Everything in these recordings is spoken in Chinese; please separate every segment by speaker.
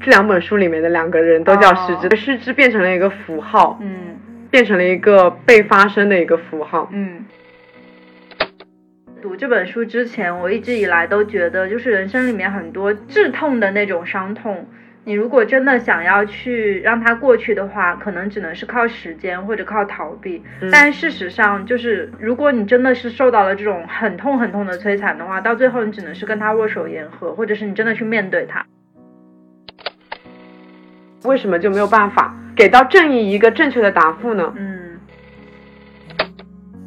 Speaker 1: 这两本书里面的两个人都叫失之
Speaker 2: 哦
Speaker 1: 失之变成了一个符号，
Speaker 2: 嗯
Speaker 1: 变成了一个被发生的一个符号。
Speaker 2: 嗯。读这本书之前，我一直以来都觉得，就是人生里面很多致痛的那种伤痛，你如果真的想要去让它过去的话，可能只能是靠时间或者靠逃避。
Speaker 1: 嗯
Speaker 2: 但事实上，就是如果你真的是受到了这种很痛很痛的摧残的话，到最后你只能是跟他握手言和，或者是你真的去面对它。
Speaker 1: 为什么就没有办法给到正义一个正确的答复呢？
Speaker 2: 嗯，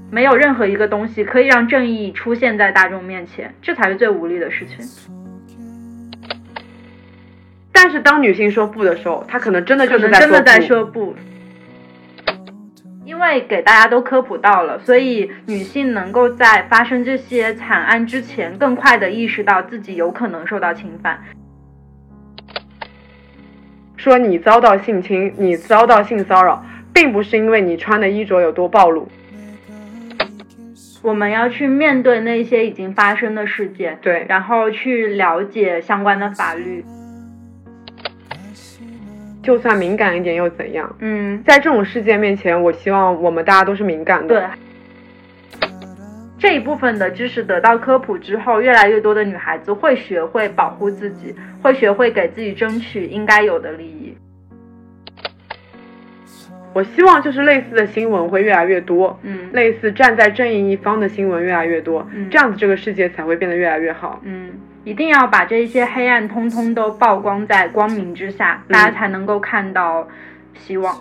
Speaker 2: 没有任何一个东西可以让正义出现在大众面前，这才是最无力的事情。
Speaker 1: 但是当女性说不的时候，她可能真的就
Speaker 2: 可
Speaker 1: 是
Speaker 2: 能
Speaker 1: 在
Speaker 2: 真的
Speaker 1: 不
Speaker 2: 在说不。因为给大家都科普到了，所以女性能够在发生这些惨案之前，更快的意识到自己有可能受到侵犯。
Speaker 1: 说你遭到性侵，你遭到性骚扰，并不是因为你穿的衣着有多暴露。
Speaker 2: 我们要去面对那些已经发生的事件，
Speaker 1: 对，
Speaker 2: 然后去了解相关的法律。
Speaker 1: 就算敏感一点又怎样？
Speaker 2: 嗯，
Speaker 1: 在这种事件面前，我希望我们大家都是敏感的。
Speaker 2: 对。这一部分的知识得到科普之后，越来越多的女孩子会学会保护自己，会学会给自己争取应该有的利益。
Speaker 1: 我希望就是类似的新闻会越来越多，
Speaker 2: 嗯，
Speaker 1: 类似站在正义一方的新闻越来越多，
Speaker 2: 嗯
Speaker 1: 这样子这个世界才会变得越来越好。
Speaker 2: 嗯，一定要把这些黑暗通通都曝光在光明之下，
Speaker 1: 嗯
Speaker 2: 大家才能够看到希望。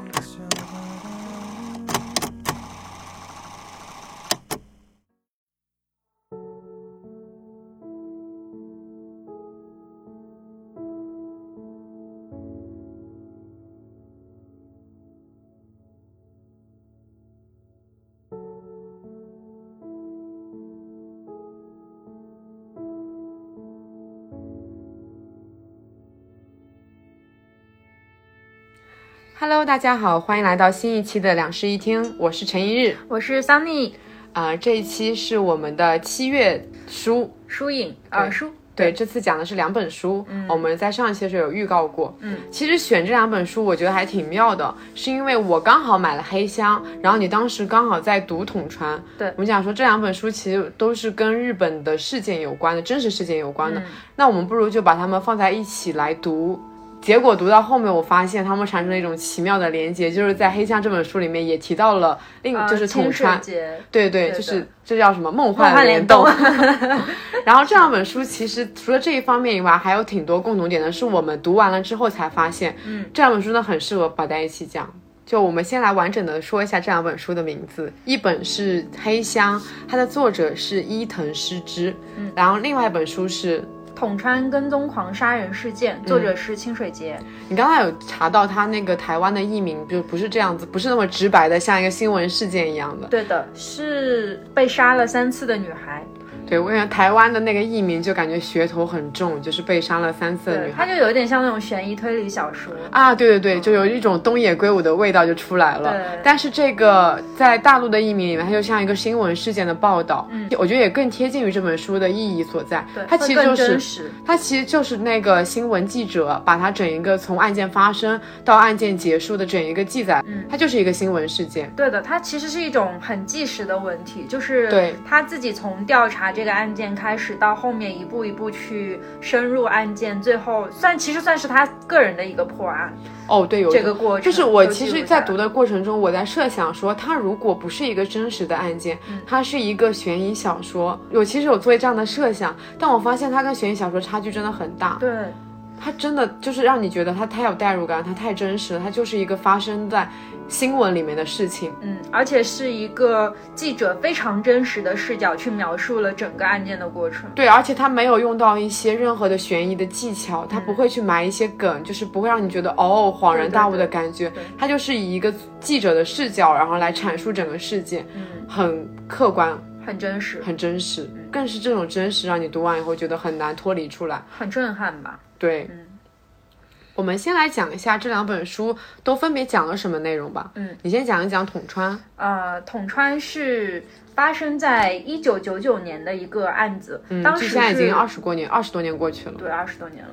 Speaker 1: Hello，大家好，欢迎来到新一期的两室一厅，我是陈一日。
Speaker 2: 我是 Sunny
Speaker 1: 啊、这一期是我们的七月书，
Speaker 2: 疏影
Speaker 1: 啊
Speaker 2: 舒，
Speaker 1: 对，这次讲的是两本书，
Speaker 2: 嗯
Speaker 1: 我们在上一期的时候有预告过。
Speaker 2: 嗯，
Speaker 1: 其实选这两本书，我觉得还挺妙的，是因为我刚好买了《黑箱》，然后你当时刚好在读《统传》。
Speaker 2: 对
Speaker 1: 我们想说这两本书其实都是跟日本的事件有关的，真实事件有关的。
Speaker 2: 嗯
Speaker 1: 那我们不如就把它们放在一起来读。结果读到后面，我发现他们产生了一种奇妙的连接，就是在《黑箱》这本书里面也提到了另、
Speaker 2: 呃
Speaker 1: 就是统川，
Speaker 2: 节，
Speaker 1: 对对，
Speaker 2: 对
Speaker 1: 就
Speaker 2: 的
Speaker 1: 是这叫什么梦
Speaker 2: 梦
Speaker 1: 幻
Speaker 2: 幻
Speaker 1: 联
Speaker 2: 联
Speaker 1: 动
Speaker 2: 动。
Speaker 1: 然后这两本书其实除了这一方面以外，还有挺多共同点的，是我们读完了之后才发现，
Speaker 2: 嗯，
Speaker 1: 这两本书呢很适合摆在一起讲。就我们先来完整的说一下这两本书的名字，一本是《黑箱》，它的作者是伊藤诗织，
Speaker 2: 嗯
Speaker 1: 然后另外一本书是
Speaker 2: 统川跟踪狂杀人事
Speaker 1: 嗯
Speaker 2: 件，作者是清水节。
Speaker 1: 你刚才有查到它那个台湾的译名，就不是这样子，不是那么直白的，像一个新闻事件一样的。
Speaker 2: 对的，是被杀了三次的女孩，
Speaker 1: 对，我感觉台湾的那个译名就感觉噱头很重，就是被杀了三次的女
Speaker 2: 对，
Speaker 1: 孩。
Speaker 2: 她就有一点像那种悬疑推理小说。
Speaker 1: 啊，对对对，就有一种东野圭吾的味道就出来了
Speaker 2: 对。
Speaker 1: 但是这个在大陆的译名里面，它就像一个新闻事件的报道，嗯，我觉得也更贴近于这本书的意义所在
Speaker 2: 对，。
Speaker 1: 它
Speaker 2: 会
Speaker 1: 其实就
Speaker 2: 更
Speaker 1: 是。
Speaker 2: 真实。
Speaker 1: 它其实就是那个新闻记者把它整一个从案件发生到案件结束的整一个记载，
Speaker 2: 嗯
Speaker 1: 它就是一个新闻事件。
Speaker 2: 对的，它其实是一种很纪实的问题，就是
Speaker 1: 对
Speaker 2: 他自己从调查这个案件开始，到后面一步一步去深入案件，最后算其实算是他个人的一个破案
Speaker 1: 哦，对，有一
Speaker 2: 这个过程。
Speaker 1: 就是我
Speaker 2: 都
Speaker 1: 其
Speaker 2: 记
Speaker 1: 实，
Speaker 2: 录
Speaker 1: 在
Speaker 2: 下来
Speaker 1: 读的过程中，我在设想说，它如果不是一个真实的案件，
Speaker 2: 嗯
Speaker 1: 它是一个悬疑小说。我其实有做这样的设想，但我发现它跟悬疑小说差距真的很大。
Speaker 2: 对
Speaker 1: 它真的就是让你觉得它太有代入感，它太真实了，它就是一个发生在新闻里面的事情。
Speaker 2: 嗯，而且是一个记者非常真实的视角去描述了整个案件的过程。
Speaker 1: 对，而且它没有用到一些任何的悬疑的技巧，它
Speaker 2: 嗯
Speaker 1: 不会去埋一些梗，就是不会让你觉得哦恍然大悟的感觉
Speaker 2: 对对。
Speaker 1: 它就是以一个记者的视角，然后来阐述整个事件，
Speaker 2: 嗯，
Speaker 1: 很客观。
Speaker 2: 很嗯真实，
Speaker 1: 很真实，更是这种真实让你读完以后觉得很难脱离出来。
Speaker 2: 很震撼吧？
Speaker 1: 对，
Speaker 2: 嗯
Speaker 1: 我们先来讲一下这两本书都分别讲了什么内容吧。
Speaker 2: 嗯，
Speaker 1: 你先讲一讲统川。
Speaker 2: 呃，统川是发生在一九九九年的一个案子，
Speaker 1: 嗯，
Speaker 2: 当
Speaker 1: 距
Speaker 2: 时
Speaker 1: 现在已
Speaker 2: 是
Speaker 1: 经二十多年，二十多年过去了。
Speaker 2: 对，二十多年了。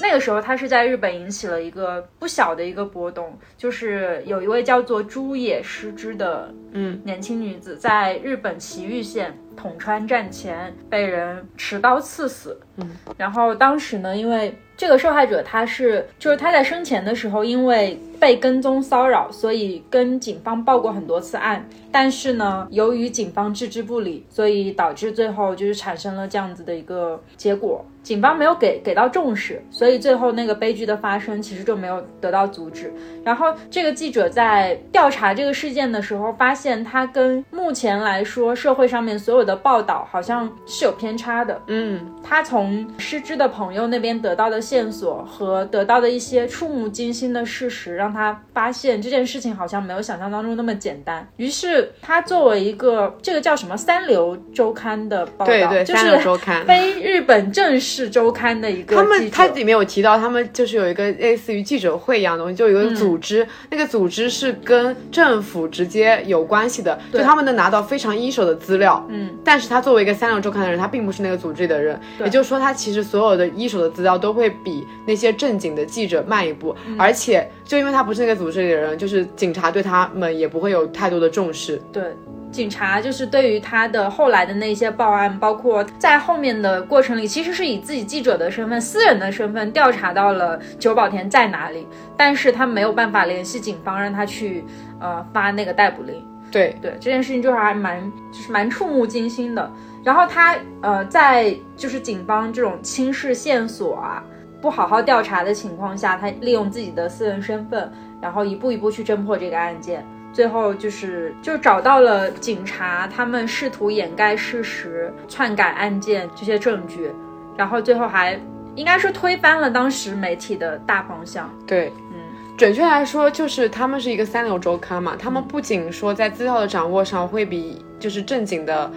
Speaker 2: 那个时候，它是在日本引起了一个不小的一个波动，就是有一位叫做朱野诗织的
Speaker 1: 嗯
Speaker 2: 年轻女子，在日本崎玉县统川站前被人持刀刺死。
Speaker 1: 嗯，
Speaker 2: 然后当时呢，因为这个受害者她是，就是她在生前的时候，因为被跟踪骚扰，所以跟警方报过很多次案，但是呢，由于警方置之不理，所以导致最后就是产生了这样子的一个结果。警方没有给给到重视，所以最后那个悲剧的发生其实就没有得到阻止。然后这个记者在调查这个事件的时候，发现他跟目前来说社会上面所有的报道好像是有偏差的。
Speaker 1: 嗯
Speaker 2: 他从失之的朋友那边得到的线索和得到的一些触目惊心的事实，让他发现这件事情好像没有想象当中那么简单。于是他作为一个这个叫什么《三流周刊》的报道，
Speaker 1: 对对，
Speaker 2: 就
Speaker 1: 三流
Speaker 2: 是
Speaker 1: 周刊。
Speaker 2: 非日本正式周刊的一个
Speaker 1: 他
Speaker 2: 记
Speaker 1: 们
Speaker 2: 者
Speaker 1: 它里面有提到，他们就是有一个类似于记者会一样的东西，就有
Speaker 2: 嗯
Speaker 1: 一个组织，那个组织是跟政府直接有关系的，就
Speaker 2: 对
Speaker 1: 他们能拿到非常一手的资料。
Speaker 2: 嗯，
Speaker 1: 但是他作为一个三流周刊的人，他并不是那个组织里的人，
Speaker 2: 对
Speaker 1: 也就是说，他其实所有的一手的资料都会比那些正经的记者慢一步，
Speaker 2: 嗯
Speaker 1: 而且就因为他不是那个组织里的人，就是警察对他们也不会有太多的重视。
Speaker 2: 对，警察就是对于他的后来的那些报案，包括在后面的过程里，其实是以自己记者的身份、私人的身份调查到了久保田在哪里，但是他没有办法联系警方，让他去呃发那个逮捕令。
Speaker 1: 对，
Speaker 2: 对这件事情，就是还蛮就是蛮触目惊心的。然后他呃，在就是警方这种轻视线索啊，不好好调查的情况下，他利用自己的私人身份，然后一步一步去侦破这个案件。最后就是就找到了警察，他们试图掩盖事实、篡改案件这些证据，然后最后还应该是推翻了当时媒体的大方向。
Speaker 1: 对，
Speaker 2: 嗯，
Speaker 1: 准确来说，就是他们是一个三流周刊嘛，他们不仅说在资料的掌握上会比就是正经的，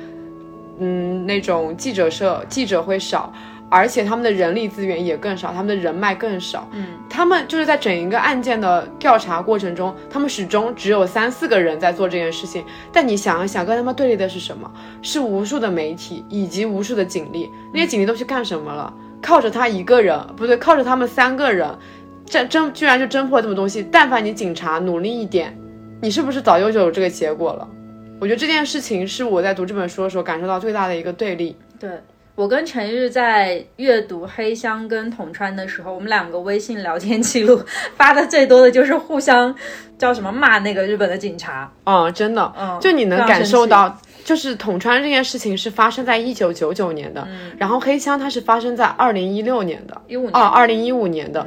Speaker 1: 嗯，那种记者社记者会少，而且他们的人力资源也更少，他们的人脉更少。
Speaker 2: 嗯，
Speaker 1: 他们就是在整一个案件的调查过程中，他们始终只有三四个人在做这件事情。但你想一想，跟他们对立的是什么？是无数的媒体以及无数的警力，
Speaker 2: 嗯
Speaker 1: 那些警力都去干什么了？靠着他一个人，不对，靠着他们三个人，这侦居然就侦破这么东西。但凡你警察努力一点，你是不是早就就有这个结果了？我觉得这件事情是我在读这本书的时候感受到最大的一个对立。
Speaker 2: 对我跟陈日在阅读黑箱跟统川的时候，我们两个微信聊天记录发的最多的就是互相叫什么骂那个日本的警察。
Speaker 1: 嗯，真的，
Speaker 2: 嗯，
Speaker 1: 就你能
Speaker 2: 非常
Speaker 1: 感受
Speaker 2: 生气
Speaker 1: 到，就是统川这件事情是发生在一九九九年的，然后黑箱它是发生在二零一六年的，
Speaker 2: 嗯一五
Speaker 1: 哦，
Speaker 2: 年，
Speaker 1: 二零一五年的，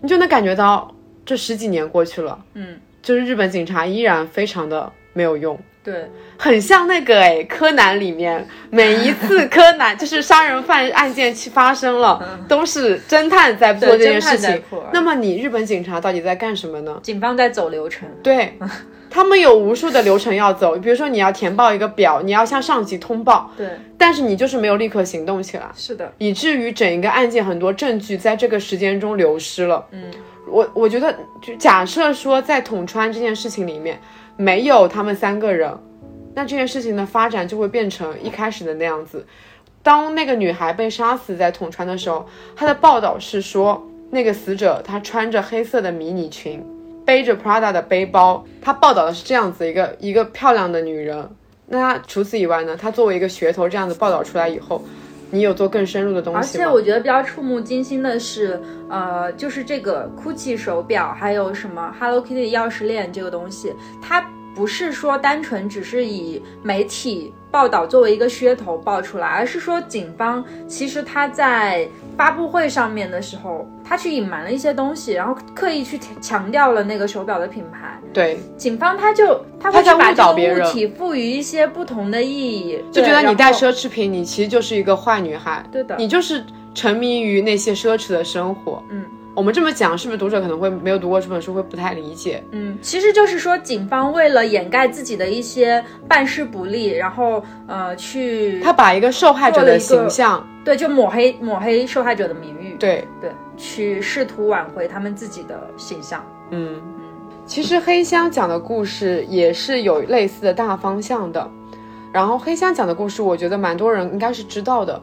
Speaker 1: 你就能感觉到这十几年过去了，
Speaker 2: 嗯，
Speaker 1: 就是日本警察依然非常的没有用。
Speaker 2: 对，
Speaker 1: 很像那个哎，柯南里面每一 次柯南就是杀人犯案件去发生了，都是侦探在做
Speaker 2: 嗯对
Speaker 1: 这件
Speaker 2: 侦探
Speaker 1: 事
Speaker 2: 在
Speaker 1: 情
Speaker 2: 破案。
Speaker 1: 那么你日本警察到底在干什么呢？
Speaker 2: 警方在走流程。
Speaker 1: 对，他们有无数的流程要走，比如说你要填报一个表，你要向上级通报，
Speaker 2: 对，
Speaker 1: 但是你就是没有立刻行动起来，
Speaker 2: 是的，
Speaker 1: 以至于整一个案件很多证据在这个时间中流失了。
Speaker 2: 嗯，
Speaker 1: 我我觉得，就假设说在统川这件事情里面没有他们三个人，那这件事情的发展就会变成一开始的那样子。当那个女孩被杀死在统川的时候，她的报道是说，那个死者她穿着黑色的迷你裙，背着 Prada 的背包。她报道的是这样子一个一个漂亮的女人。那她除此以外呢？她作为一个噱头这样子报道出来以后，你有做更深入的东
Speaker 2: 而
Speaker 1: 西
Speaker 2: 且
Speaker 1: 吗？
Speaker 2: 我觉得比较触目惊心的是，呃，就是这个 Gucci 手表，还有什么 Hello Kitty 钥匙链这个东西，它不是说单纯只是以媒体报道作为一个噱头爆出来，而是说警方其实他在发布会上面的时候，他去隐瞒了一些东西，然后刻意去强调了那个手表的品牌。
Speaker 1: 对，
Speaker 2: 警方他就他
Speaker 1: 他
Speaker 2: 会去
Speaker 1: 在
Speaker 2: 把
Speaker 1: 误导
Speaker 2: 这
Speaker 1: 别
Speaker 2: 个
Speaker 1: 人
Speaker 2: 物体赋予一些不同的意义，
Speaker 1: 就
Speaker 2: 对
Speaker 1: 觉得你戴。
Speaker 2: 然后
Speaker 1: 奢侈品，你其实就是一个坏女孩。
Speaker 2: 对的，
Speaker 1: 你就是沉迷于那些奢侈的生活。
Speaker 2: 嗯，
Speaker 1: 我们这么讲，是不是读者可能会没有读过这本书，会不太理解？
Speaker 2: 嗯，其实就是说，警方为了掩盖自己的一些办事不力，然后呃，去
Speaker 1: 他把一个受害者的
Speaker 2: 做了一
Speaker 1: 形
Speaker 2: 个
Speaker 1: 象，
Speaker 2: 对就抹黑抹黑受害者的名誉，
Speaker 1: 对，
Speaker 2: 对，去试图挽回他们自己的形象。
Speaker 1: 嗯，其实黑箱讲的故事也是有类似的大方向的。然后黑箱讲的故事，我觉得蛮多人应该是知道的，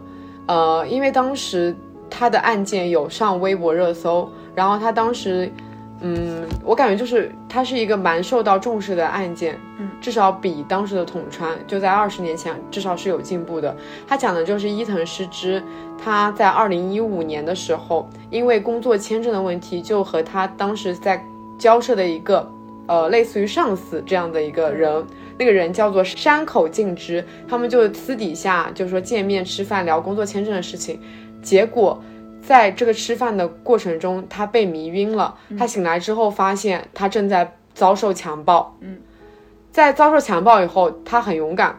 Speaker 1: 呃，因为当时他的案件有上微博热搜，然后他当时，嗯，我感觉就是他是一个蛮受到重视的案件，
Speaker 2: 嗯，
Speaker 1: 至少比当时的统川就在二十年前至少是有进步的。他讲的就是伊藤诗织，他在二零一五年的时候，因为工作签证的问题，就和他当时在交涉的一个呃类似于上司这样的一个人，那个人叫做山口敬之，他们就私底下就说见面吃饭聊工作签证的事情，结果。在这个吃饭的过程中，他被迷晕了。他醒来之后，发现他正在遭受强暴。
Speaker 2: 嗯，
Speaker 1: 在遭受强暴以后，他很勇敢，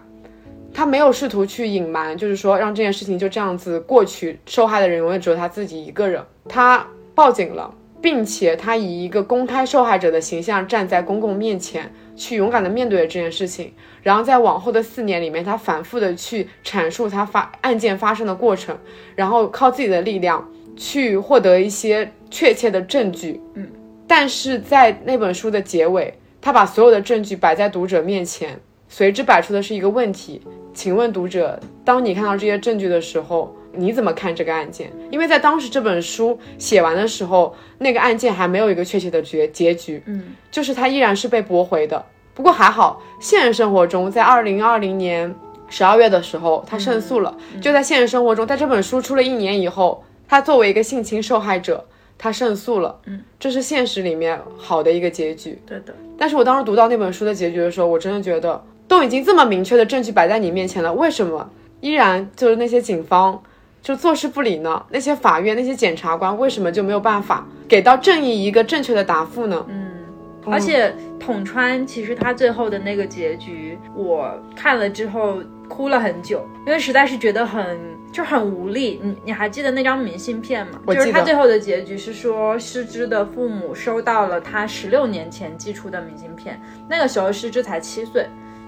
Speaker 1: 他没有试图去隐瞒，就是说让这件事情就这样子过去，受害的人永远只有他自己一个人。他报警了，并且他以一个公开受害者的形象站在公共面前，去勇敢的面对了这件事情。然后在往后的四年里面，他反复的去阐述他发案件发生的过程，然后靠自己的力量去获得一些确切的证据。
Speaker 2: 嗯，
Speaker 1: 但是在那本书的结尾，他把所有的证据摆在读者面前，随之摆出的是一个问题：请问读者，当你看到这些证据的时候，你怎么看这个案件？因为在当时这本书写完的时候，那个案件还没有一个确切的结结局，
Speaker 2: 嗯，
Speaker 1: 就是它依然是被驳回的。不过还好，现实生活中，在二零二零年十二月的时候，他胜诉了。就在现实生活中，在这本书出了一年以后，他作为一个性侵受害者，他胜诉了。
Speaker 2: 嗯，
Speaker 1: 这是现实里面好的一个结局。
Speaker 2: 对的，
Speaker 1: 但是我当时读到那本书的结局的时候，我真的觉得，都已经这么明确的证据摆在你面前了，为什么依然就是那些警方就坐视不理呢？那些法院、那些检察官为什么就没有办法给到正义一个正确的答复呢？嗯
Speaker 2: 而且统川其实他最后的那个结局，我看了之后哭了很久，因为实在是觉得很就很无力。你你还记得那张明信片吗？
Speaker 1: 我记
Speaker 2: 就
Speaker 1: 得
Speaker 2: 是他最后的结局是说，失之的父母收到了他十六年前寄出的明信片，那个时候失之才七岁。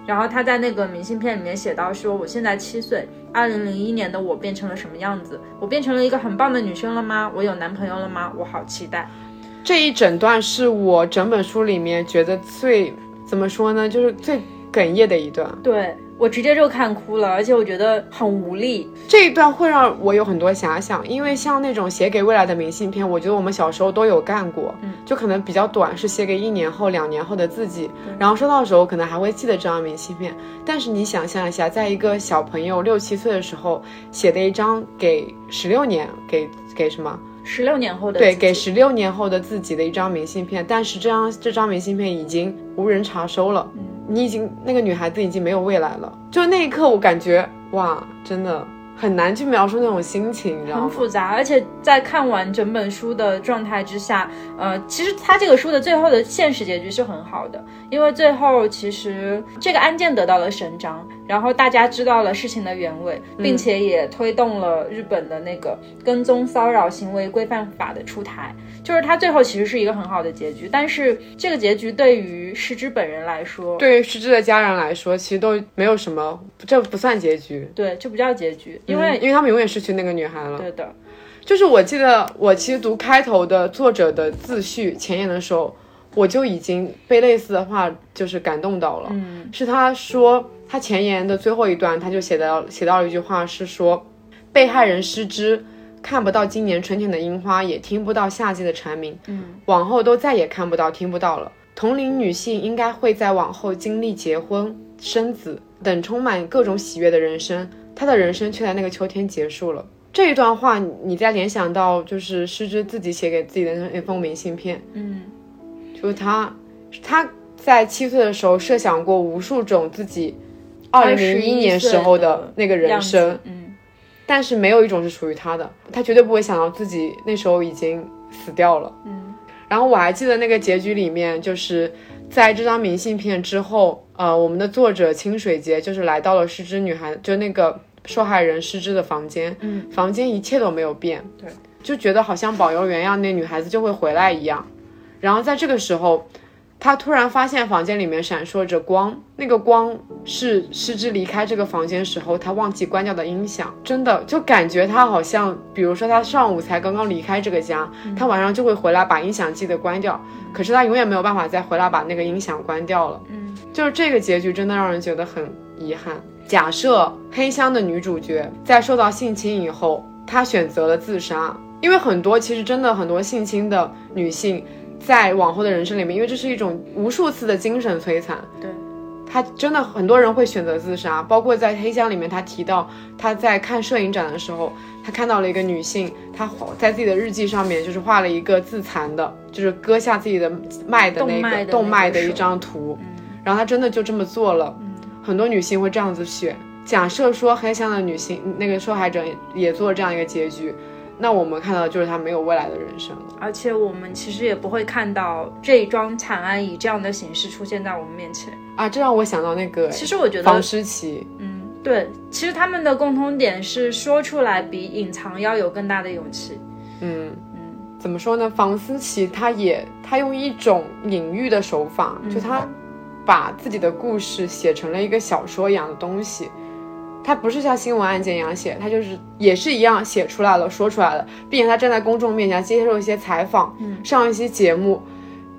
Speaker 2: 然后他在那个明信片里面写到说，我现在七岁，二零零一年的我变成了什么样子？我变成了一个很棒的女生了吗？我有男朋友了吗？我好期待。
Speaker 1: 这一整段是我整本书里面觉得最怎么说呢，就是最哽咽的一段。
Speaker 2: 对我直接就看哭了，而且我觉得很无力。
Speaker 1: 这一段会让我有很多遐想，因为像那种写给未来的明信片，我觉得我们小时候都有干过，
Speaker 2: 嗯，
Speaker 1: 就可能比较短，是写给一年后、两年后的自己，然后收到的时候可能还会记得这张明信片。但是你想象一下，在一个小朋友六七岁的时候写的一张给十六年、给给什么？
Speaker 2: 十六年后的
Speaker 1: 对，
Speaker 2: 自己
Speaker 1: 给十六年后的自己的一张明信片，但是这张这张明信片已经无人查收了，
Speaker 2: 嗯
Speaker 1: 你已经那个女孩子已经没有未来了。就那一刻，我感觉哇，真的很难去描述那种心情，你知道
Speaker 2: 很
Speaker 1: 吗？
Speaker 2: 复杂，而且在看完整本书的状态之下，呃，其实他这个书的最后的现实结局是很好的，因为最后其实这个案件得到了伸张，然后大家知道了事情的原委，
Speaker 1: 嗯
Speaker 2: 并且也推动了日本的那个跟踪骚扰行为规范法的出台，就是它最后其实是一个很好的结局，但是这个结局对于失之本人来说，
Speaker 1: 对于失智的家人来说，其实都没有什么，这不算结局，
Speaker 2: 对，这不叫结局，因
Speaker 1: 因
Speaker 2: 为、
Speaker 1: 因为他们永远失去那个女孩了。
Speaker 2: 对的，
Speaker 1: 就是我记得我其实读开头的作者的自序前言的时候，我就已经被类似的话就是感动到了。
Speaker 2: 嗯，
Speaker 1: 是他说他前言的最后一段，他就写到写到了一句话是说，被害人失之，看不到今年春天的樱花，也听不到夏季的蝉鸣，
Speaker 2: 嗯
Speaker 1: 往后都再也看不到、听不到了。同龄女性应该会在往后经历结婚、生子等充满各种喜悦的人生，她的人生却在那个秋天结束了。这一段话，你你再联想到就是失之自己写给自己的那封明信片，
Speaker 2: 嗯。
Speaker 1: 就是他，他在七岁的时候设想过无数种自己二零零一年时候的那个人
Speaker 2: 样
Speaker 1: 生
Speaker 2: 子，，嗯，
Speaker 1: 但是没有一种是属于他的，他绝对不会想到自己那时候已经死掉了。
Speaker 2: 嗯，
Speaker 1: 然后我还记得那个结局里面，就是在这张明信片之后，呃，我们的作者清水节就是来到了失之女孩，就那个受害人失之的房间，
Speaker 2: 嗯，
Speaker 1: 房间一切都没有变，
Speaker 2: 对，
Speaker 1: 就觉得好像保留原样，啊那女孩子就会回来一样。然后在这个时候，他突然发现房间里面闪烁着光，那个光是失之离开这个房间时候他忘记关掉的音响，真的就感觉他好像，比如说他上午才刚刚离开这个家，他晚上就会回来把音响记得关掉，可是他永远没有办法再回来把那个音响关掉了。
Speaker 2: 嗯，
Speaker 1: 就是这个结局真的让人觉得很遗憾。假设黑箱的女主角在受到性侵以后，她选择了自杀，因为很多其实真的很多性侵的女性，在往后的人生里面，因为这是一种无数次的精神摧残，
Speaker 2: 对，
Speaker 1: 她真的很多人会选择自杀，包括在黑箱里面，她提到她在看摄影展的时候，她看到了一个女性，她画在自己的日记上面就是画了一个自残的，就是割下自己的脉的那
Speaker 2: 动脉的
Speaker 1: 个
Speaker 2: 那个
Speaker 1: 动脉的一
Speaker 2: 手嗯
Speaker 1: 张图，然后她真的就这么做了，很多女性会这样子选。假设说黑箱的女性那个受害者也做这样一个结局，那我们看到的就是她没有未来的人生了。
Speaker 2: 而且我们其实也不会看到这一桩惨案以这样的形式出现在我们面前。
Speaker 1: 啊，这让我想到那个
Speaker 2: 其实我觉
Speaker 1: 房
Speaker 2: 得，
Speaker 1: 诗琪，
Speaker 2: 嗯，对，其实他们的共通点是说出来比隐藏要有更大的勇气。
Speaker 1: 嗯，
Speaker 2: 嗯，
Speaker 1: 怎么说呢？房思琪她也她用一种隐喻的手法，就
Speaker 2: 嗯
Speaker 1: 她把自己的故事写成了一个小说一样的东西。她不是像新闻案件一样写，她就是也是一样写出来了，说出来了，并且她站在公众面前接受一些采访，
Speaker 2: 嗯
Speaker 1: 上一些节目。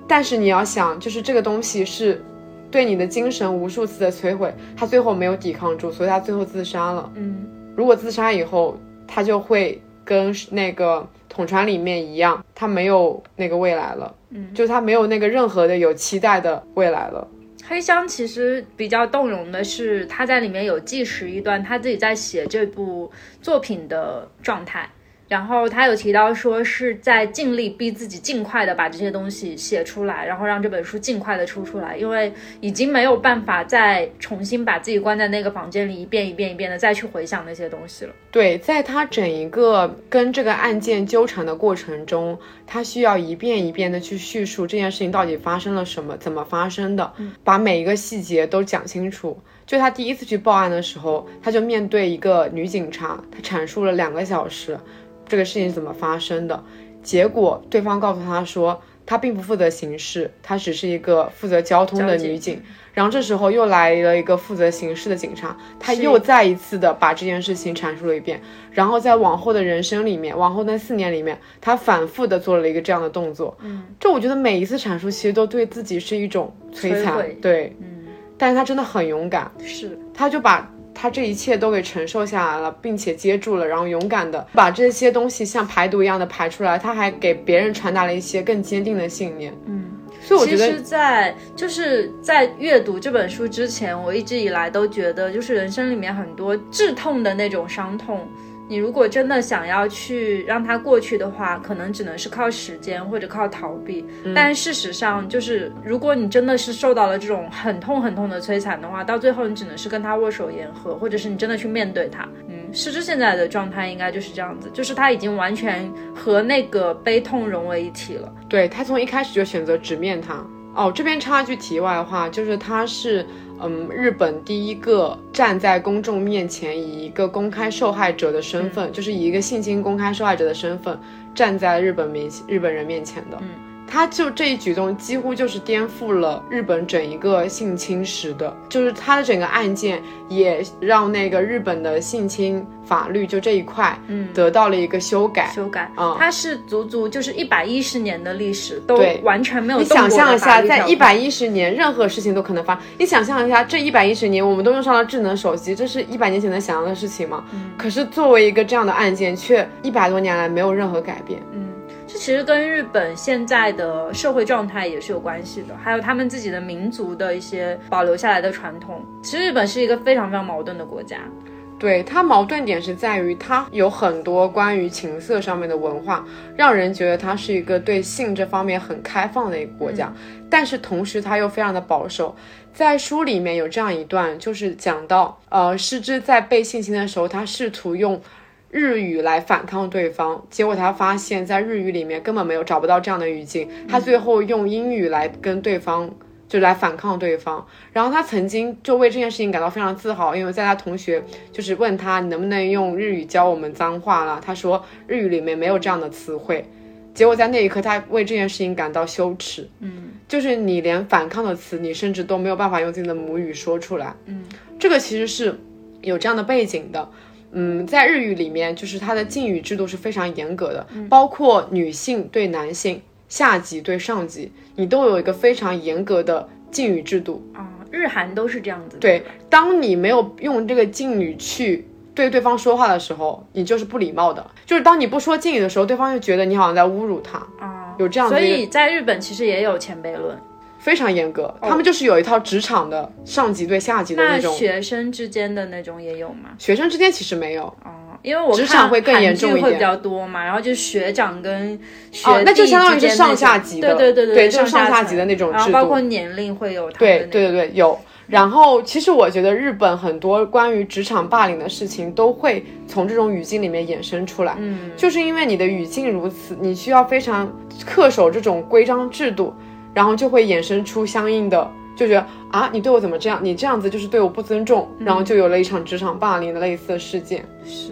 Speaker 1: 但是你要想，就是这个东西是对你的精神无数次的摧毁，她最后没有抵抗住，所以她最后自杀了。
Speaker 2: 嗯，
Speaker 1: 如果自杀以后，他就会跟那个统传里面一样，他没有那个未来了，
Speaker 2: 嗯
Speaker 1: 就他没有那个任何的有期待的未来了。
Speaker 2: 黑箱其实比较动容的是，他在里面有计时一段他自己在写这部作品的状态，然后他有提到说是在尽力逼自己尽快的把这些东西写出来，然后让这本书尽快的出出来，因为已经没有办法再重新把自己关在那个房间里一遍一遍一遍的再去回想那些东西了。
Speaker 1: 对，在他整一个跟这个案件纠缠的过程中，他需要一遍一遍的去叙述这件事情到底发生了什么，怎么发生的，
Speaker 2: 嗯
Speaker 1: 把每一个细节都讲清楚。就他第一次去报案的时候，他就面对一个女警察，他阐述了两个小时这个事情怎么发生的，结果对方告诉他说。他并不负责刑事，他只是一个负责交通的
Speaker 2: 交警
Speaker 1: 女警。然后这时候又来了一个负责刑事的警察，他
Speaker 2: 是
Speaker 1: 又再一次的把这件事情阐述了一遍。然后在往后的人生里面，往后那四年里面，他反复的做了一个这样的动作。
Speaker 2: 嗯
Speaker 1: 这我觉得每一次阐述其实都对自己是一种摧
Speaker 2: 摧
Speaker 1: 残
Speaker 2: 毁，
Speaker 1: 对。
Speaker 2: 嗯，
Speaker 1: 但是他真的很勇敢，
Speaker 2: 是
Speaker 1: 他就把他这一切都给承受下来了，并且接住了，然后勇敢的把这些东西像排毒一样的排出来。他还给别人传达了一些更坚定的信念。
Speaker 2: 嗯。
Speaker 1: 所以我
Speaker 2: 其
Speaker 1: 觉
Speaker 2: 实在，
Speaker 1: 得，
Speaker 2: 就是在阅读这本书之前，我一直以来都觉得，就是人生里面很多致痛的那种伤痛，你如果真的想要去让它过去的话，可能只能是靠时间或者靠逃避。
Speaker 1: 嗯
Speaker 2: 但事实上，就是如果你真的是受到了这种很痛很痛的摧残的话，到最后你只能是跟他握手言和，或者是你真的去面对它。嗯，失之现在的状态应该就是这样子，就是他已经完全和那个悲痛融为一体了。
Speaker 1: 对他从一开始就选择直面他。哦，这边插一句题外话，就是他是嗯日本第一个站在公众面前以一个公开受害者的
Speaker 2: 嗯
Speaker 1: 身份，就是以一个性侵公开受害者的身份站在日本面日本人面前的。
Speaker 2: 嗯，
Speaker 1: 他就这一举动几乎就是颠覆了日本整一个性侵史的，就是他的整个案件也让那个日本的性侵法律就这一块
Speaker 2: 嗯，
Speaker 1: 得到了一个修改。
Speaker 2: 修改，
Speaker 1: 嗯
Speaker 2: 它是足足就是一百一十年的历史，都
Speaker 1: 对
Speaker 2: 完全没有
Speaker 1: 你
Speaker 2: 动过
Speaker 1: 想
Speaker 2: 的
Speaker 1: 象一
Speaker 2: 法
Speaker 1: 下，
Speaker 2: 律
Speaker 1: 在
Speaker 2: 条
Speaker 1: 一
Speaker 2: 款
Speaker 1: 百一十年，任何事情都可能发。你想象一下，这一百一十年，我们都用上了智能手机，这是一百年前能想象的事情吗？
Speaker 2: 嗯
Speaker 1: 可是作为一个这样的案件，却一百多年来没有任何改变。
Speaker 2: 嗯，这其实跟日本现在的社会状态也是有关系的，还有他们自己的民族的一些保留下来的传统。其实日本是一个非常非常矛盾的国家，
Speaker 1: 对它矛盾点是在于，它有很多关于情色上面的文化，让人觉得它是一个对性这方面很开放的一个国家，但是同时它又非常的保守。在书里面有这样一段，就是讲到，呃，失之在被性侵的时候，他试图用日语来反抗对方，结果他发现，在日语里面根本没有找不到这样的语境，他最后用英语来跟对方。就来反抗对方，然后他曾经就为这件事情感到非常自豪，因为在他同学就是问他你能不能用日语教我们脏话啦，他说日语里面没有这样的词汇，结果在那一刻他为这件事情感到羞耻，
Speaker 2: 嗯
Speaker 1: 就是你连反抗的词你甚至都没有办法用自己的母语说出来，
Speaker 2: 嗯，
Speaker 1: 这个其实是有这样的背景的。嗯，在日语里面，就是它的敬语制度是非常严格的，包括女性对男性、下级对上级，你都有一个非常严格的敬语制度。
Speaker 2: 啊、日韩都是这样子的。
Speaker 1: 对，当你没有用这个敬语去对对方说话的时候，你就是不礼貌的，就是当你不说敬语的时候，对方就觉得你好像在侮辱他，
Speaker 2: 啊、
Speaker 1: 有这样的
Speaker 2: 所
Speaker 1: 一个
Speaker 2: 以在日本其实也有前辈论。
Speaker 1: 非常严格。他们就是有一套职场的上级对下级的
Speaker 2: 哦那
Speaker 1: 那种。
Speaker 2: 学生之间的那种也有吗？
Speaker 1: 学生之间其实没有
Speaker 2: 哦，因为我
Speaker 1: 职
Speaker 2: 看
Speaker 1: 场会更
Speaker 2: 韩
Speaker 1: 严
Speaker 2: 剧
Speaker 1: 重一
Speaker 2: 会
Speaker 1: 点
Speaker 2: 比较多嘛，然后就是学长跟学弟、
Speaker 1: 哦，那就相当于是上下级的，
Speaker 2: 对对
Speaker 1: 对
Speaker 2: 对，
Speaker 1: 就是上
Speaker 2: 下
Speaker 1: 级的
Speaker 2: 层
Speaker 1: 那种
Speaker 2: 然后
Speaker 1: 制
Speaker 2: 包
Speaker 1: 度
Speaker 2: 括。年龄会有他
Speaker 1: 对
Speaker 2: 的那
Speaker 1: 对
Speaker 2: 个
Speaker 1: 对对，有。然后，其实我觉得日本很多关于职场霸凌的事情都会从这种语境里面衍生出来，
Speaker 2: 嗯，
Speaker 1: 就是因为你的语境如此，你需要非常恪守这种规章制度，然后就会衍生出相应的，就觉得啊，你对我怎么这样？你这样子就是对我不尊重，
Speaker 2: 嗯
Speaker 1: 然后就有了一场职场霸凌的类似的事件。
Speaker 2: 是，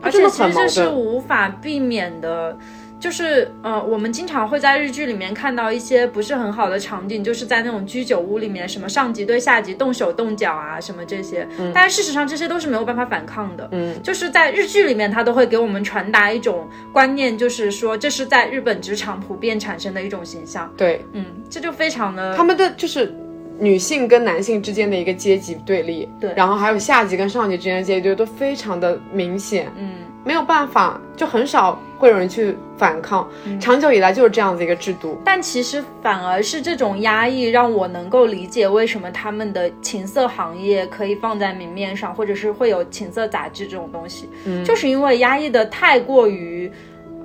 Speaker 1: 它
Speaker 2: 而
Speaker 1: 真
Speaker 2: 且
Speaker 1: 的
Speaker 2: 其
Speaker 1: 很
Speaker 2: 实这
Speaker 1: 矛
Speaker 2: 是
Speaker 1: 盾
Speaker 2: 无法避免的。就是呃，我们经常会在日剧里面看到一些不是很好的场景，就是在那种居酒屋里面，什么上级对下级动手动脚啊，什么这些。但是事实上，这些都是没有办法反抗的。
Speaker 1: 嗯，
Speaker 2: 就是在日剧里面，他都会给我们传达一种观念，就是说这是在日本职场普遍产生的一种形象。
Speaker 1: 对，
Speaker 2: 嗯，这就非常的
Speaker 1: 他们的就是女性跟男性之间的一个阶级对立，
Speaker 2: 对
Speaker 1: 然后还有下级跟上级之间的阶级对立都非常的明显，
Speaker 2: 嗯
Speaker 1: 没有办法，就很少会有人去反抗，
Speaker 2: 嗯
Speaker 1: 长久以来就是这样子一个制度。
Speaker 2: 但其实反而是这种压抑让我能够理解为什么他们的情色行业可以放在明面上，或者是会有情色杂志这种东西，
Speaker 1: 嗯
Speaker 2: 就是因为压抑的太过于，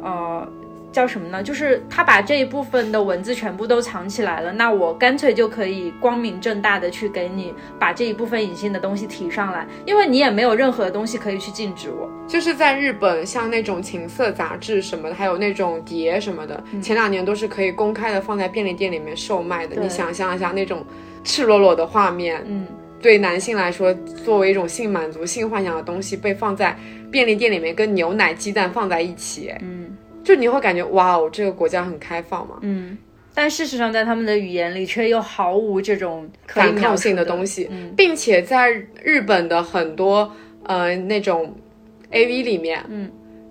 Speaker 2: 呃。叫什么呢？就是他把这一部分的文字全部都藏起来了，那我干脆就可以光明正大的去给你把这一部分隐性的东西提上来，因为你也没有任何东西可以去禁止我。
Speaker 1: 就是在日本，像那种情色杂志什么的，还有那种碟什么的，
Speaker 2: 嗯
Speaker 1: 前两年都是可以公开的放在便利店里面售卖的。
Speaker 2: 对
Speaker 1: 你想象一下那种赤裸裸的画面，
Speaker 2: 嗯，
Speaker 1: 对男性来说，作为一种性满足、性幻想的东西，被放在便利店里面，跟牛奶、鸡蛋放在一起，
Speaker 2: 嗯，
Speaker 1: 就你会感觉哇哦，这个国家很开放嘛，
Speaker 2: 嗯，但事实上，在他们的语言里却又毫无这种可以
Speaker 1: 反
Speaker 2: 描
Speaker 1: 抗
Speaker 2: 述
Speaker 1: 性
Speaker 2: 的
Speaker 1: 的东西，
Speaker 2: 嗯
Speaker 1: 并且在日本的很多呃那种 A V 里面，
Speaker 2: 嗯，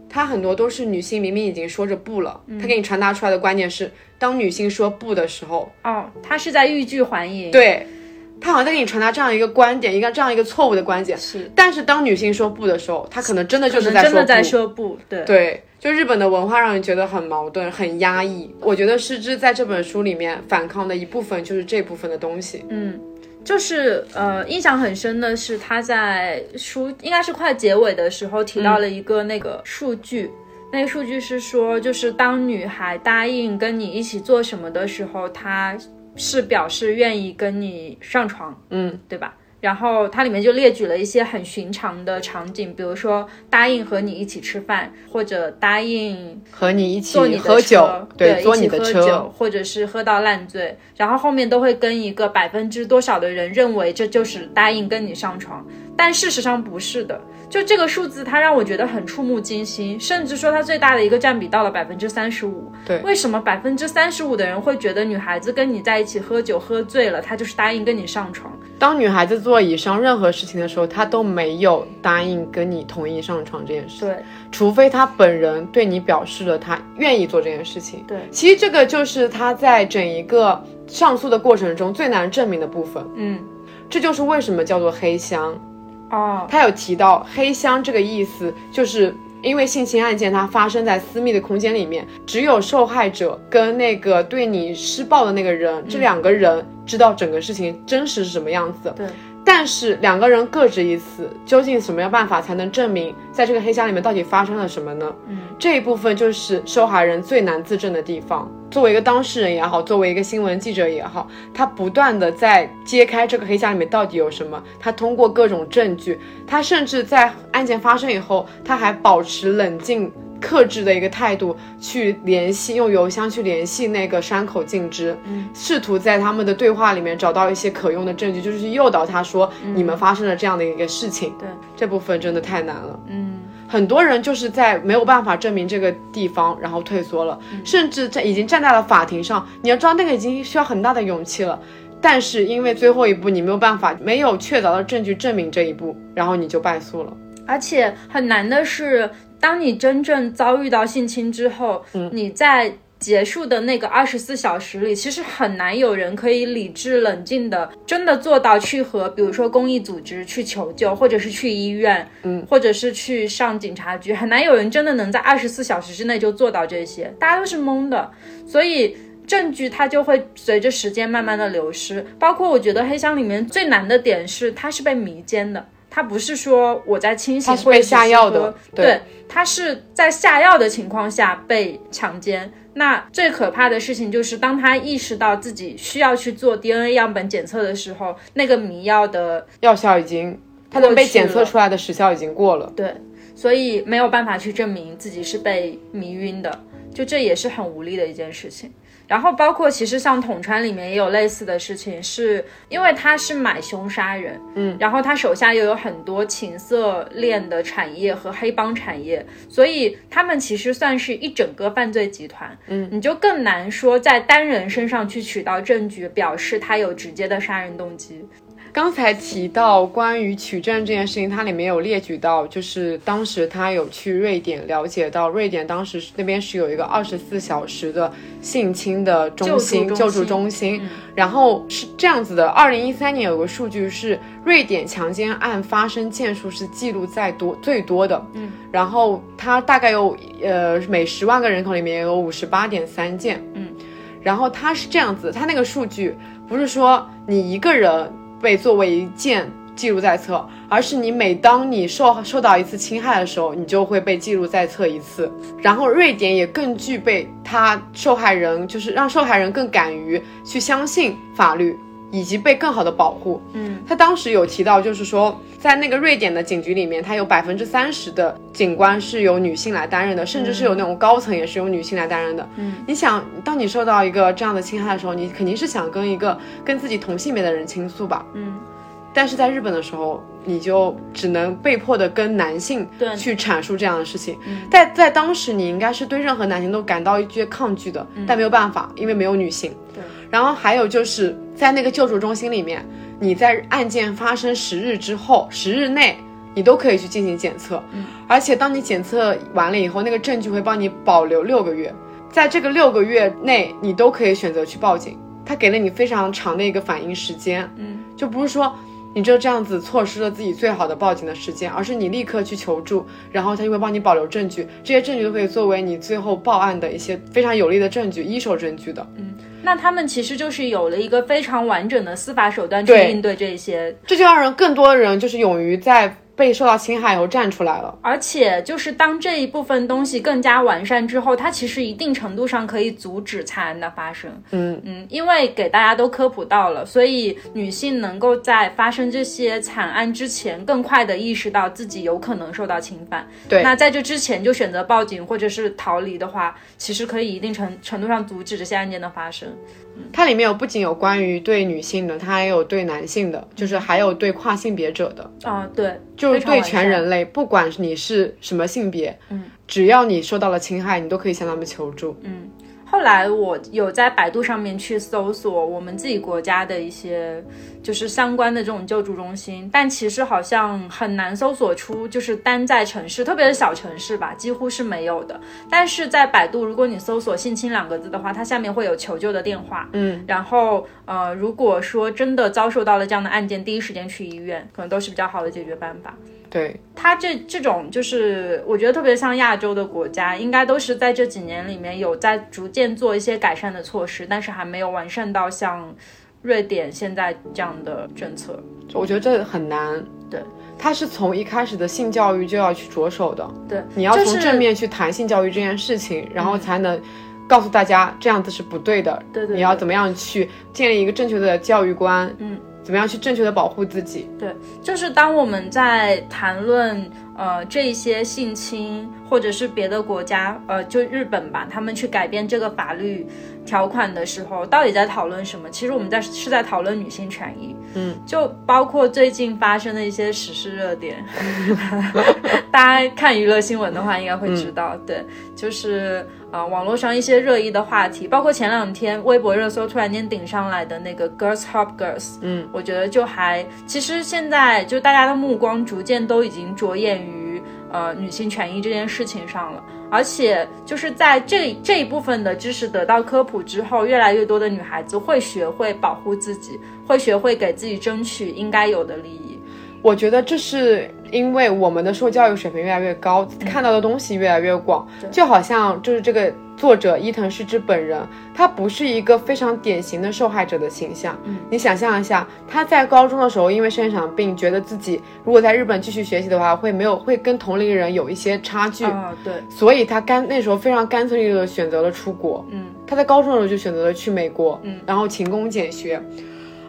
Speaker 1: 它很多都是女性明明已经说着不了，它给你传达出来的观念是，当女性说不的时候，
Speaker 2: 哦，他是在欲拒还迎。，
Speaker 1: 对，它好像在给你传达这样一个观点，一个这样一个错误的观点。
Speaker 2: 是，
Speaker 1: 但是当女性说不的时候，她可能真的就
Speaker 2: 可
Speaker 1: 是在
Speaker 2: 能真的
Speaker 1: 说
Speaker 2: 在
Speaker 1: 不。
Speaker 2: 说不，对，
Speaker 1: 对，就日本的文化让人觉得很矛盾、很压抑。我觉得失之在这本书里面反抗的一部分就是这部分的东西。
Speaker 2: 嗯。就是呃，印象很深的是他在书应该是快结尾的时候提到了一个那个数据，那个数据是说，就是当女孩答应跟你一起做什么的时候，她是表示愿意跟你上床，
Speaker 1: 嗯，
Speaker 2: 对吧？然后它里面就列举了一些很寻常的场景，比如说答应和你一起吃饭，或者答应
Speaker 1: 和你一起
Speaker 2: 嗯坐你的
Speaker 1: 喝酒
Speaker 2: 车，
Speaker 1: 对，坐
Speaker 2: 一
Speaker 1: 你
Speaker 2: 起
Speaker 1: 的
Speaker 2: 喝
Speaker 1: 车
Speaker 2: 酒，，或者是喝到烂醉，然后后面都会跟一个百分之多少的人认为这就是答应跟你上床，但事实上不是的。就这个数字，它让我觉得很触目惊心，甚至说它最大的一个占比到了百分之三十五。
Speaker 1: 对
Speaker 2: 为什么百分之三十五的人会觉得女孩子跟你在一起喝酒喝醉了，她就是答应跟你上床？
Speaker 1: 当女孩子做以上任何事情的时候，她都没有答应跟你同意上床这件事，
Speaker 2: 对
Speaker 1: 除非她本人对你表示了她愿意做这件事情。
Speaker 2: 对，
Speaker 1: 其实这个就是她在整一个上诉的过程中最难证明的部分，
Speaker 2: 嗯，
Speaker 1: 这就是为什么叫做黑箱。
Speaker 2: 哦，
Speaker 1: 他有提到黑箱这个意思，就是因为性侵案件它发生在私密的空间里面，只有受害者跟那个对你施暴的那个人，
Speaker 2: 嗯
Speaker 1: 这两个人知道整个事情真实是什么样子。
Speaker 2: 对，
Speaker 1: 但是两个人各执一词，究竟什么样办法才能证明在这个黑箱里面到底发生了什么呢？
Speaker 2: 嗯，
Speaker 1: 这一部分就是受害人最难自证的地方。作为一个当事人也好，作为一个新闻记者也好，他不断的在揭开这个黑箱里面到底有什么。他通过各种证据，他甚至在案件发生以后，他还保持冷静克制的一个态度去联系，用邮箱去联系那个山口敬之，
Speaker 2: 嗯
Speaker 1: 试图在他们的对话里面找到一些可用的证据，就是诱导他说、你们发生了这样的一个事情。
Speaker 2: 对，
Speaker 1: 这部分真的太难了。
Speaker 2: 嗯，
Speaker 1: 很多人就是在没有办法证明这个地方，然后退缩了，
Speaker 2: 嗯
Speaker 1: 甚至在已经站在了法庭上。你要知道，那个已经需要很大的勇气了。但是因为最后一步你没有办法，没有确凿的证据证明这一步，然后你就败诉了。
Speaker 2: 而且很难的是，当你真正遭遇到性侵之后，你在结束的那个二十四小时里，其实很难有人可以理智冷静的，真的做到去和比如说公益组织去求救，或者是去医院，
Speaker 1: 嗯，
Speaker 2: 或者是去上警察局，很难有人真的能在二十四小时之内就做到这些，大家都是懵的，所以。证据它就会随着时间慢慢的流失，包括我觉得黑箱里面最难的点是，它是被迷奸的，它不是说我在清醒
Speaker 1: 它是
Speaker 2: 或者
Speaker 1: 被
Speaker 2: 只
Speaker 1: 下药
Speaker 2: 说
Speaker 1: 的对
Speaker 2: 对，他是在下药的情况下被强奸。那最可怕的事情就是，当他意识到自己需要去做 DNA 样本检测的时候，那个迷药的
Speaker 1: 药效已经，它能
Speaker 2: 过
Speaker 1: 被
Speaker 2: 去
Speaker 1: 检测
Speaker 2: 了
Speaker 1: 出来的时效已经过了。
Speaker 2: 对，所以没有办法去证明自己是被迷晕的，就这也是很无力的一件事情。然后包括其实像统川里面也有类似的事情，是因为他是买凶杀人，
Speaker 1: 嗯，
Speaker 2: 然后他手下又有很多情色恋的产业和黑帮产业，所以他们其实算是一整个犯罪集团，
Speaker 1: 嗯，
Speaker 2: 你就更难说在单人身上去取到证据，表示他有直接的杀人动机，
Speaker 1: 刚才提到关于取证这件事情，它里面有列举到，就是当时他有去瑞典了解到，瑞典当时那边是有一个二十四小时的性侵的中心
Speaker 2: 救助中心嗯
Speaker 1: 助中心，然后是这样子的，二零一三年有个数据是瑞典强奸案发生件数是记录在多最多的，
Speaker 2: 嗯，
Speaker 1: 然后它大概有呃每十万个人口里面有五十八点三件，
Speaker 2: 嗯，
Speaker 1: 然后它是这样子，它那个数据不是说你一个人被作为一件记录在册，而是你每当你受受到一次侵害的时候，你就会被记录在册一次。然后瑞典也更具备它受害人，就是让受害人更敢于去相信法律，以及被更好的保护。
Speaker 2: 嗯
Speaker 1: 他当时有提到，就是说，在那个瑞典的警局里面，他有百分之三十的警官是由女性来担任的，甚至是有那种高层也是由女性来担任的。
Speaker 2: 嗯，
Speaker 1: 你想，当你受到一个这样的侵害的时候，你肯定是想跟一个跟自己同性别的人倾诉吧？
Speaker 2: 嗯。
Speaker 1: 但是在日本的时候，你就只能被迫的跟男性
Speaker 2: 对
Speaker 1: 去阐述这样的事情
Speaker 2: 嗯。
Speaker 1: 在在当时，你应该是对任何男性都感到一些抗拒的，但没有办法，因为没有女性。
Speaker 2: 嗯对。
Speaker 1: 然后还有就是在那个救助中心里面，你在案件发生十日之后，十日内。你都可以去进行检测，
Speaker 2: 嗯
Speaker 1: 而且当你检测完了以后，那个证据会帮你保留六个月，在这个六个月内，你都可以选择去报警。他给了你非常长的一个反应时间，
Speaker 2: 嗯，
Speaker 1: 就不是说你就这样子错失了自己最好的报警的时间，而是你立刻去求助，然后他就会帮你保留证据，这些证据都可以作为你最后报案的一些非常有力的证据，一手证据的。
Speaker 2: 那他们其实就是有了一个非常完整的司法手段去
Speaker 1: 对
Speaker 2: 应对这些，
Speaker 1: 这就让人更多的人就是勇于在被受到侵害以后站出来了。
Speaker 2: 而且就是当这一部分东西更加完善之后，它其实一定程度上可以阻止惨案的发生。
Speaker 1: 嗯
Speaker 2: 嗯，因为给大家都科普到了，所以女性能够在发生这些惨案之前，更快的意识到自己有可能受到侵犯。
Speaker 1: 对
Speaker 2: 那在这之前就选择报警或者是逃离的话，其实可以一定程程度上阻止这些案件的发生。
Speaker 1: 它里面有不仅有关于对女性的，它还有对男性的，就是还有对跨性别者的。
Speaker 2: 啊，对，
Speaker 1: 就是
Speaker 2: 非常
Speaker 1: 对
Speaker 2: 完
Speaker 1: 全
Speaker 2: 善
Speaker 1: 人类，不管你是什么性别，嗯，只要你受到了侵害，你都可以向他们求助。
Speaker 2: 后来我有在百度上面去搜索我们自己国家的一些就是相关的这种救助中心，但其实好像很难搜索出，就是单在城市，特别是小城市吧，几乎是没有的。但是在百度，如果你搜索“性侵”两个字的话，它下面会有求救的电话。
Speaker 1: 嗯，
Speaker 2: 然后呃，如果说真的遭受到了这样的案件，第一时间去医院，可能都是比较好的解决办法。
Speaker 1: 对，
Speaker 2: 它这这种就是，我觉得特别像亚洲的国家，应该都是在这几年里面有在逐渐做一些改善的措施，但是还没有完善到像瑞典现在这样的政策。
Speaker 1: 我觉得这很难。
Speaker 2: 对，
Speaker 1: 它是从一开始的性教育就要去着手的，
Speaker 2: 对，
Speaker 1: 你要
Speaker 2: 就
Speaker 1: 从
Speaker 2: 是嗯
Speaker 1: 正面去谈性教育这件事情，然后才能告诉大家这样子是不对的。
Speaker 2: 对对
Speaker 1: 你要
Speaker 2: 对
Speaker 1: 怎么样去建立一个正确的教育观？
Speaker 2: 嗯，
Speaker 1: 怎么样去正确的保护自己？
Speaker 2: 就是当我们在谈论呃这一些性侵，或者是别的国家，呃，就日本吧，他们去改变这个法律条款的时候，到底在讨论什么？其实我们在是在讨论女性权益，
Speaker 1: 嗯，
Speaker 2: 就包括最近发生的一些时事热点，大家看娱乐新闻的话应该会知道，对，就是啊、呃网络上一些热议的话题，包括前两天微博热搜突然间顶上来的那个 Girls Help Girls，
Speaker 1: 嗯，
Speaker 2: 我觉得就还，其实现在就大家的目光逐渐都已经着眼于。呃女性权益这件事情上了。而且就是在这这一部分的知识得到科普之后，越来越多的女孩子会学会保护自己，会学会给自己争取应该有的利益。
Speaker 1: 我觉得这是因为我们的受教育水平越来越高，看到的东西越来越广，就好像就是这个作者伊藤诗织本人，他不是一个非常典型的受害者的形象。你想象一下，他在高中的时候因为生一场病，觉得自己如果在日本继续学习的话，会没有会跟同龄人有一些差距，
Speaker 2: 啊、对，
Speaker 1: 所以他干那时候非常干脆的选择了出国。
Speaker 2: 嗯，
Speaker 1: 他在高中的时候就选择了去美国，嗯，然后勤工俭学，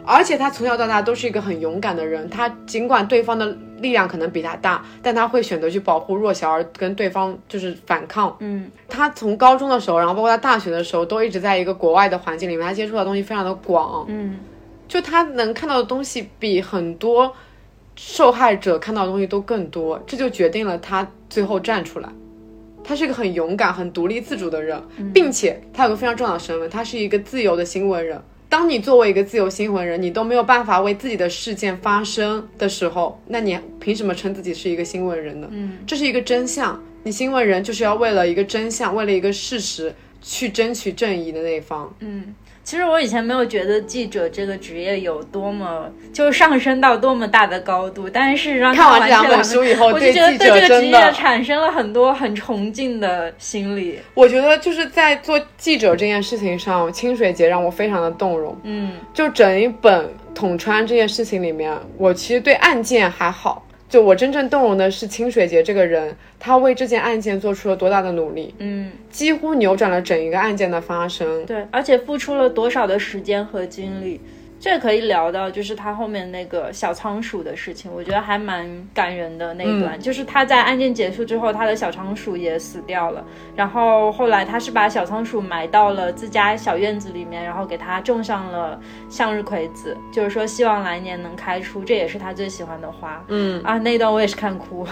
Speaker 1: 而且他从小到大都是一个很勇敢的人。他尽管对方的力量可能比他大，但他会选择去保护弱小，而跟对方就是反抗。
Speaker 2: 嗯，
Speaker 1: 他从高中的时候，然后包括他大学的时候，都一直在一个国外的环境里面，他接触到的东西非常的广。
Speaker 2: 嗯，
Speaker 1: 就他能看到的东西比很多受害者看到的东西都更多，这就决定了他最后站出来。他是一个很勇敢、很独立自主的人，
Speaker 2: 嗯
Speaker 1: 并且他有个非常重要的身份，他是一个自由的新闻人。当你作为一个自由新闻人，你都没有办法为自己的事件发声的时候，那你凭什么称自己是一个新闻人呢？
Speaker 2: 嗯，
Speaker 1: 这是一个真相。你新闻人就是要为了一个真相，为了一个事实去争取正义的那一方。
Speaker 2: 其实我以前没有觉得记者这个职业有多么就是上升到多么大的高度，但是让
Speaker 1: 看
Speaker 2: 完
Speaker 1: 完这两本
Speaker 2: 两
Speaker 1: 书以后，
Speaker 2: 我就
Speaker 1: 对
Speaker 2: 觉得
Speaker 1: 记
Speaker 2: 对
Speaker 1: 者
Speaker 2: 这个职
Speaker 1: 真
Speaker 2: 业
Speaker 1: 的，
Speaker 2: 产生了很多很崇敬的心理。
Speaker 1: 我觉得就是在做记者这件事情上，清水节让我非常的动容。
Speaker 2: 嗯
Speaker 1: 就整一本统川这件事情里面，我其实对案件还好，就我真正动容的是清水节这个人，他为这件案件做出了多大的努力，
Speaker 2: 嗯，
Speaker 1: 几乎扭转了整一个案件的发生。
Speaker 2: 对，而且付出了多少的时间和精力，这可以聊到就是他后面那个小仓鼠的事情，我觉得还蛮感人的那一段，就是他在案件结束之后，他的小仓鼠也死掉了，然后后来他是把小仓鼠埋到了自家小院子里面，然后给它种上了向日葵子，就是说希望来年能开出，这也是他最喜欢的花。嗯啊，那一段我也是看哭。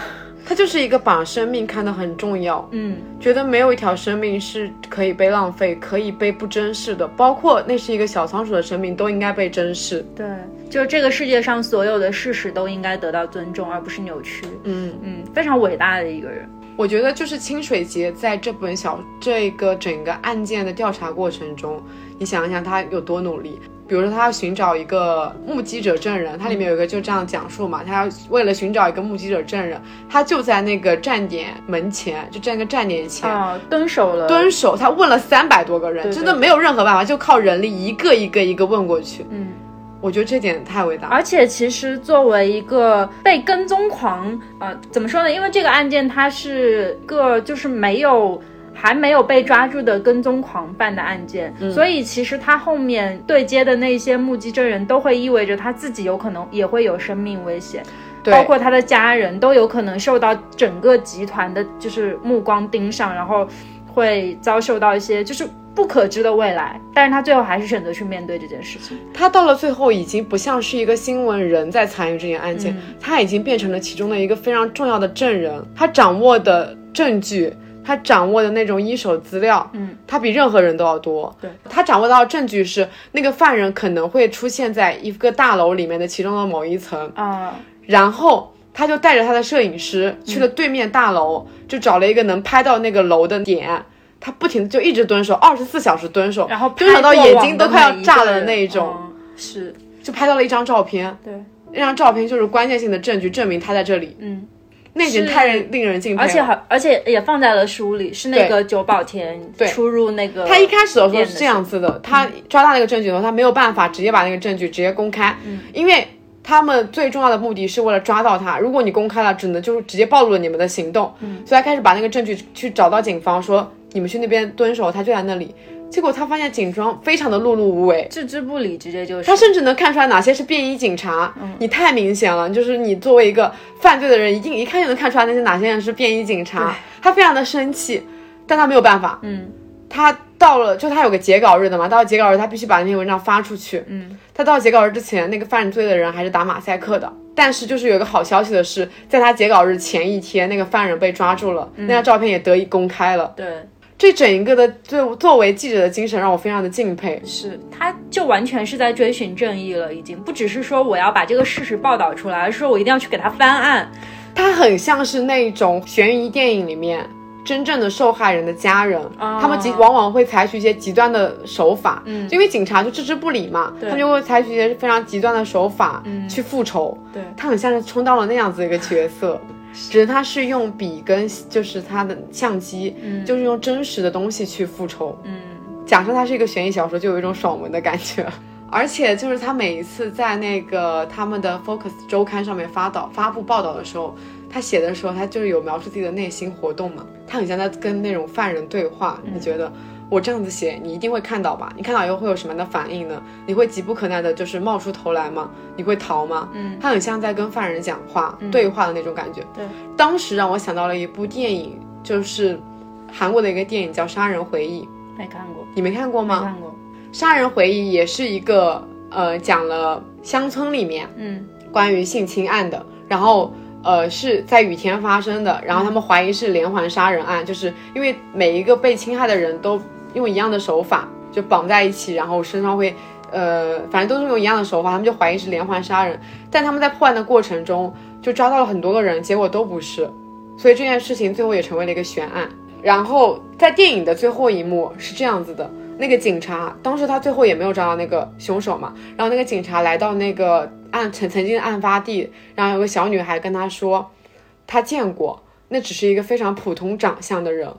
Speaker 1: 他就是一个把生命看得很重要，
Speaker 2: 嗯
Speaker 1: 觉得没有一条生命是可以被浪费、可以被不珍视的，包括那是一个小仓鼠的生命都应该被珍视。
Speaker 2: 对，就这个世界上所有的事实都应该得到尊重，而不是扭曲。
Speaker 1: 嗯。
Speaker 2: 嗯，非常伟大的一个人。
Speaker 1: 我觉得就是清水节在这本小这个整个案件的调查过程中，你想一想他有多努力。比如说，他要寻找一个目击者证人，它里面有一个就这样讲述嘛，他要为了寻找一个目击者证人，他就在那个站点门前，就站个站点前。
Speaker 2: 啊，蹲守了，
Speaker 1: 蹲守，他问了三百多个人，
Speaker 2: 对对
Speaker 1: 真的没有任何办法，就靠人力一个一个一个问过去。
Speaker 2: 嗯，
Speaker 1: 我觉得这点太伟大了。
Speaker 2: 而且其实作为一个被跟踪狂，呃，怎么说呢？因为这个案件它是个就是没有。还没有被抓住的跟踪狂犯的案件，所以其实他后面对接的那些目击证人都会意味着他自己有可能也会有生命危险，
Speaker 1: 对
Speaker 2: 包括他的家人都有可能受到整个集团的就是目光盯上，然后会遭受到一些就是不可知的未来。但是他最后还是选择去面对这件事情。
Speaker 1: 他到了最后已经不像是一个新闻人在参与这件案件，
Speaker 2: 嗯
Speaker 1: 他已经变成了其中的一个非常重要的证人，他掌握的证据。他掌握的那种一手资料，
Speaker 2: 嗯，
Speaker 1: 他比任何人都要多。
Speaker 2: 对，
Speaker 1: 他掌握到的证据是那个犯人可能会出现在一个大楼里面的其中的某一层，
Speaker 2: 啊、
Speaker 1: 然后他就带着他的摄影师去了对面大楼，
Speaker 2: 嗯
Speaker 1: 就找了一个能拍到那个楼的点。他不停地就一直蹲守，二十四小时蹲守，
Speaker 2: 然后
Speaker 1: 蹲守到
Speaker 2: 拍过
Speaker 1: 眼
Speaker 2: 往
Speaker 1: 睛
Speaker 2: 的
Speaker 1: 都快要
Speaker 2: 每一
Speaker 1: 炸
Speaker 2: 个
Speaker 1: 了的
Speaker 2: 人
Speaker 1: 那一种。
Speaker 2: 嗯是，
Speaker 1: 就拍到了一张照片，
Speaker 2: 对，
Speaker 1: 那张照片就是关键性的证据，证明他在这里。
Speaker 2: 嗯，
Speaker 1: 那已经
Speaker 2: 是
Speaker 1: 太令令人敬佩了。
Speaker 2: 而且好，而且也放在了书里，是那个久保田
Speaker 1: 对
Speaker 2: 出入那个。
Speaker 1: 他一开始的时候
Speaker 2: 变的
Speaker 1: 是这样子的，他抓到那个证据的时候，他没有办法直接把那个证据直接公开，
Speaker 2: 嗯
Speaker 1: 因为他们最重要的目的是为了抓到他。如果你公开了，只能就是直接暴露了你们的行动。
Speaker 2: 嗯
Speaker 1: 所以他开始把那个证据去找到警方，说你们去那边蹲守，他就在那里。结果他发现警方非常的碌碌无为，
Speaker 2: 置之不理，直接就是
Speaker 1: 他甚至能看出来哪些是便衣警察。
Speaker 2: 嗯
Speaker 1: 你太明显了，就是你作为一个犯罪的人，一定一看就能看出来那些哪些人是便衣警察。他非常的生气，但他没有办法。
Speaker 2: 嗯
Speaker 1: 他到了，就他有个截稿日的嘛，到了截稿日他必须把那篇文章发出去。
Speaker 2: 嗯，
Speaker 1: 他到截稿日之前，那个犯罪的人还是打马赛克的。
Speaker 2: 嗯
Speaker 1: 但是就是有一个好消息的是，在他截稿日前一天，那个犯人被抓住了，
Speaker 2: 嗯
Speaker 1: 那张照片也得以公开了。
Speaker 2: 对，
Speaker 1: 这整一个的作作为记者的精神让我非常的敬佩。
Speaker 2: 是，他就完全是在追寻正义了，已经不只是说我要把这个事实报道出来，而是说我一定要去给他翻案。
Speaker 1: 它很像是那种悬疑电影里面真正的受害人的家人，他们极往往会采取一些极端的手法，
Speaker 2: 啊嗯
Speaker 1: 就因为警察就置之不理嘛，他
Speaker 2: 对
Speaker 1: 们就会采取一些非常极端的手法
Speaker 2: 嗯
Speaker 1: 去复仇。
Speaker 2: 对
Speaker 1: 他很像是充当了那样子的一个角色，只是他是用笔跟就是他的相机，
Speaker 2: 嗯
Speaker 1: 就是用真实的东西去复仇。
Speaker 2: 嗯
Speaker 1: 假设它是一个悬疑小说，就有一种爽文的感觉。 而且就是他每一次在那个他们的 Focus 周刊上面发导发布报道的时候，他写的时候，他就是有描述自己的内心活动嘛，他很像在跟那种犯人对话。你觉得我这样子写，你一定会看到吧？你看到以后会有什么样的反应呢？你会急不可耐的，就是冒出头来吗？你会逃吗？
Speaker 2: 嗯，
Speaker 1: 他很像在跟犯人讲话、嗯对话的那种感觉。
Speaker 2: 对，
Speaker 1: 当时让我想到了一部电影，就是韩国的一个电影叫《杀人回忆》，
Speaker 2: 没看过，
Speaker 1: 你没看过
Speaker 2: 没
Speaker 1: 吗？
Speaker 2: 看过，
Speaker 1: 《杀人回忆》也是一个呃讲了乡村里面
Speaker 2: 嗯
Speaker 1: 关于性侵案的，然后呃是在雨天发生的，然后他们怀疑是连环杀人案，就是因为每一个被侵害的人都用一样的手法就绑在一起，然后身上会。呃，反正都是用一样的手法，他们就怀疑是连环杀人，但他们在破案的过程中就抓到了很多个人，结果都不是，所以这件事情最后也成为了一个悬案。然后在电影的最后一幕是这样子的，那个警察当时他最后也没有找到那个凶手嘛，然后那个警察来到那个案曾曾经的案发地，然后有个小女孩跟他说，她见过，那只是一个非常普通长相的人，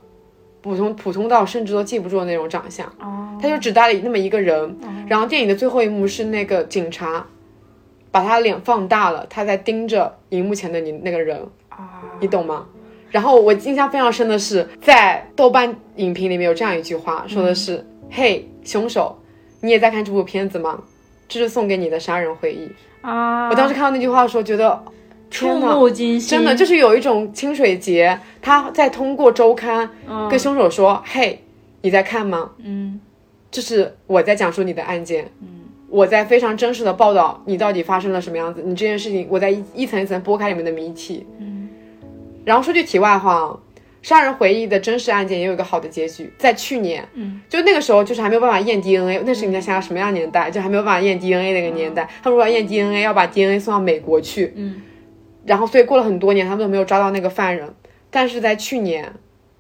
Speaker 1: 普通普通到甚至都记不住的那种长相，
Speaker 2: 哦，
Speaker 1: 他就只带了那么一个人。然后电影的最后一幕是那个警察把他脸放大了，他在盯着荧幕前的你那个人，
Speaker 2: 啊
Speaker 1: 你懂吗？然后我印象非常深的是，在豆瓣影评里面有这样一句话，说的是：“嘿，凶手，你也在看这部片子吗？这是送给你的杀人回忆。
Speaker 2: 啊，
Speaker 1: 我当时看到那句话的时候，觉得
Speaker 2: 触
Speaker 1: 天哪
Speaker 2: 目惊心，
Speaker 1: 真的就是有一种清水节，他在通过周刊
Speaker 2: 嗯
Speaker 1: 跟凶手说：“嘿，你在看吗？
Speaker 2: 嗯
Speaker 1: 这是我在讲述你的案件。”我在非常真实的报道你到底发生了什么样子，你这件事情，我在一一层一层剥开里面的谜题，
Speaker 2: 嗯
Speaker 1: 然后说句题外话啊，《杀人回忆》的真实案件也有一个好的结局，在去年，
Speaker 2: 嗯，
Speaker 1: 就那个时候就是还没有办法验 DNA，那是你在想想什么样的年代，就还没有办法验 DNA 那个年代，他们如果要验 DNA，要把 DNA 送到美国去，
Speaker 2: 嗯，
Speaker 1: 然后所以过了很多年，他们都没有抓到那个犯人，但是在去年，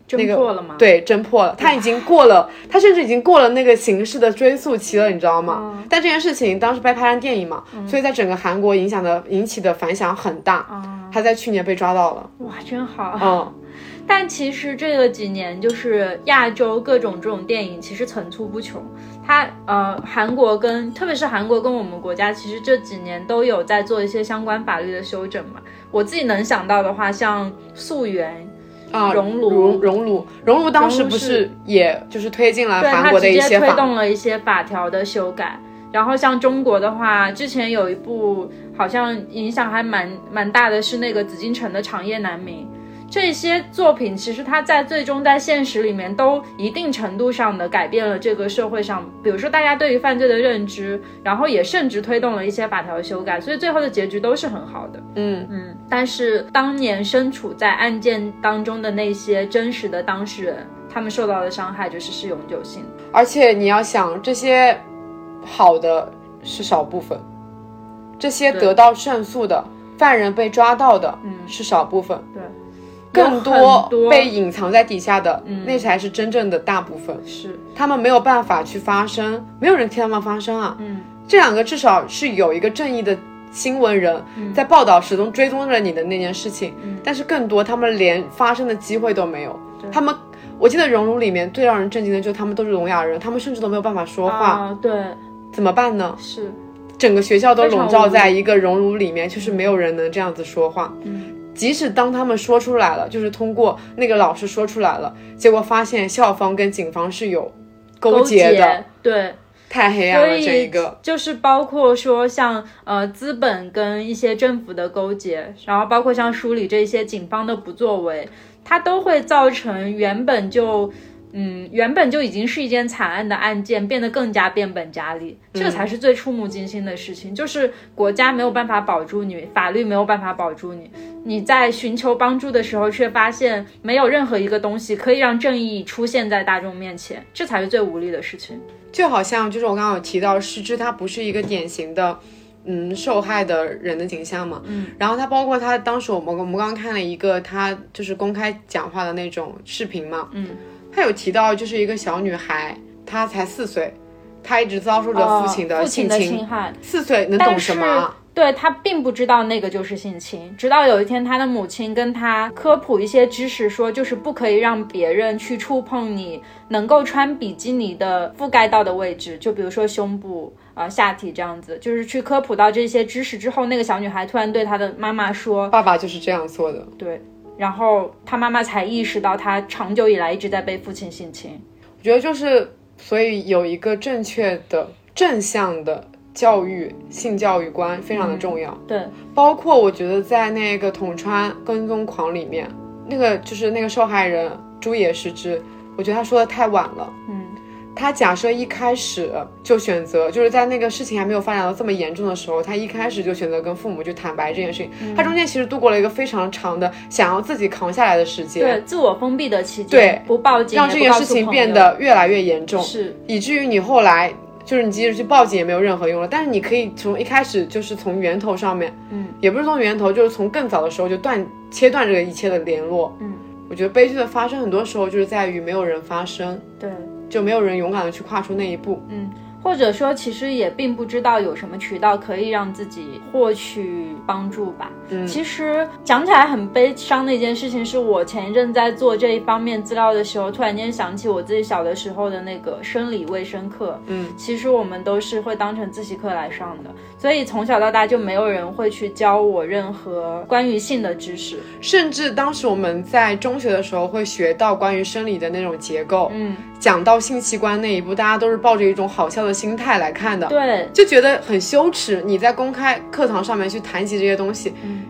Speaker 2: 侦破了吗？
Speaker 1: 对，侦破了，他已经过了，他甚至已经过了那个刑事的追诉期了，你知道吗？
Speaker 2: 嗯
Speaker 1: 但这件事情当时被拍成电影嘛，所以在整个韩国影响的引起的反响很大，
Speaker 2: 啊，
Speaker 1: 他在去年被抓到了，
Speaker 2: 哇，真好。
Speaker 1: 嗯。
Speaker 2: 但其实这个几年就是亚洲各种这种电影其实层出不穷。它呃，韩国跟特别是韩国跟我们国家，其实这几年都有在做一些相关法律的修整嘛。我自己能想到的话，像溯源，
Speaker 1: 啊，
Speaker 2: 熔炉
Speaker 1: 熔熔炉，熔炉当时不
Speaker 2: 熔
Speaker 1: 是
Speaker 2: 炉
Speaker 1: 也就是推进了
Speaker 2: 对
Speaker 1: 韩
Speaker 2: 它
Speaker 1: 国
Speaker 2: 直
Speaker 1: 的
Speaker 2: 接
Speaker 1: 一些
Speaker 2: 推
Speaker 1: 法，
Speaker 2: 动了一些法条的修改。然后像中国的话，之前有一部好像影响还蛮蛮大的是那个紫禁城的《长夜难明》。这些作品其实它在最终在现实里面都一定程度上的改变了这个社会上，比如说大家对于犯罪的认知，然后也甚至推动了一些法条修改，所以最后的结局都是很好的。
Speaker 1: 嗯，
Speaker 2: 嗯，但是当年身处在案件当中的那些真实的当事人，他们受到的伤害就是是永久性的。
Speaker 1: 而且你要想这些好的是少部分，这些
Speaker 2: 对
Speaker 1: 得到胜诉的犯人被抓到的
Speaker 2: 嗯
Speaker 1: 是少部分，
Speaker 2: 对，
Speaker 1: 更
Speaker 2: 有很多
Speaker 1: 被隐藏在底下的
Speaker 2: 嗯
Speaker 1: 那才是真正的大部分，
Speaker 2: 是，
Speaker 1: 他们没有办法去发声，没有人替他们发声啊，
Speaker 2: 嗯
Speaker 1: 这两个至少是有一个正义的新闻人
Speaker 2: 嗯
Speaker 1: 在报道始终追踪着你的那件事情，
Speaker 2: 嗯
Speaker 1: 但是更多他们连发声的机会都没有
Speaker 2: 对。
Speaker 1: 他们，我记得《熔炉》里面最让人震惊的就是他们都是聋哑人，他们甚至都没有办法说话，嗯
Speaker 2: 啊，对，
Speaker 1: 怎么办呢？
Speaker 2: 是，
Speaker 1: 整个学校都笼罩
Speaker 2: 非常
Speaker 1: 在
Speaker 2: 无力
Speaker 1: 一个熔炉里面，就是没有人能这样子说话。
Speaker 2: 嗯
Speaker 1: 即使当他们说出来了，就是通过那个老师说出来了，结果发现校方跟警方是有勾结的，
Speaker 2: 对，
Speaker 1: 太黑暗
Speaker 2: 所
Speaker 1: 了这一
Speaker 2: 以
Speaker 1: 个。
Speaker 2: 就是包括说像呃资本跟一些政府的勾结，然后包括像梳理这些警方的不作为，它都会造成原本就。嗯，原本就已经是一件惨案的案件，变得更加变本加厉，这
Speaker 1: 嗯
Speaker 2: 才是最触目惊心的事情。就是国家没有办法保住你，法律没有办法保住你，你在寻求帮助的时候，却发现没有任何一个东西可以让正义出现在大众面前，这才是最无力的事情。
Speaker 1: 就好像就是我刚刚有提到，失之它不是一个典型的嗯受害的人的形象嘛。嗯，然后他包括他当时我们我们刚刚看了一个他就是公开讲话的那种视频嘛。嗯，他有提到就是一个小女孩，她才四岁，她一直遭受着
Speaker 2: 哦
Speaker 1: 父亲的
Speaker 2: 父
Speaker 1: 性
Speaker 2: 亲的侵
Speaker 1: 侵，
Speaker 2: 害，
Speaker 1: 四岁能
Speaker 2: 但
Speaker 1: 懂
Speaker 2: 是
Speaker 1: 什么啊？
Speaker 2: 对他并不知道那个就是性侵，直到有一天他的母亲跟他科普一些知识，说就是不可以让别人去触碰你能够穿比基尼的覆盖到的位置，就比如说胸部啊、呃下体这样子，就是去科普到这些知识之后，那个小女孩突然对她的妈妈说，
Speaker 1: 爸爸就是这样做的。
Speaker 2: 对，然后她妈妈才意识到她长久以来一直在被父亲性侵。
Speaker 1: 我觉得就是，所以有一个正确的、正向的教育性教育观非常的重要。
Speaker 2: 嗯对，
Speaker 1: 包括我觉得在那个《统川跟踪狂》里面，那个就是那个受害人朱野实之，我觉得他说的太晚了。
Speaker 2: 嗯，
Speaker 1: 他假设一开始就选择，就是在那个事情还没有发展到这么严重的时候，他一开始就选择跟父母去坦白这件事情。
Speaker 2: 嗯
Speaker 1: 他中间其实度过了一个非常长的想要自己扛下来的时间，
Speaker 2: 对，自我封闭的期间，
Speaker 1: 对
Speaker 2: 不报警，
Speaker 1: 让这
Speaker 2: 也
Speaker 1: 件
Speaker 2: 不告
Speaker 1: 事
Speaker 2: 诉
Speaker 1: 情
Speaker 2: 朋
Speaker 1: 变
Speaker 2: 友
Speaker 1: 得越来越严重。
Speaker 2: 是
Speaker 1: 以至于你后来就是你即使去报警也没有任何用了。但是你可以从一开始就是从源头上面，
Speaker 2: 嗯，
Speaker 1: 也不是从源头，就是从更早的时候就断切断这个一切的联络。
Speaker 2: 嗯，
Speaker 1: 我觉得悲剧的发生很多时候就是在于没有人发声，
Speaker 2: 对。
Speaker 1: 就没有人勇敢的去跨出那一步。
Speaker 2: 嗯或者说，其实也并不知道有什么渠道可以让自己获取帮助吧。
Speaker 1: 嗯
Speaker 2: 其实讲起来很悲伤的一件事情，是我前一阵在做这一方面资料的时候，突然间想起我自己小的时候的那个生理卫生课。
Speaker 1: 嗯，
Speaker 2: 其实我们都是会当成自习课来上的，所以从小到大就没有人会去教我任何关于性的知识。
Speaker 1: 甚至当时我们在中学的时候会学到关于生理的那种结构，
Speaker 2: 嗯，
Speaker 1: 讲到性器官那一步，大家都是抱着一种好笑的心态来看的。
Speaker 2: 对，
Speaker 1: 就觉得很羞耻，你在公开课堂上面去谈及这些东西，
Speaker 2: 嗯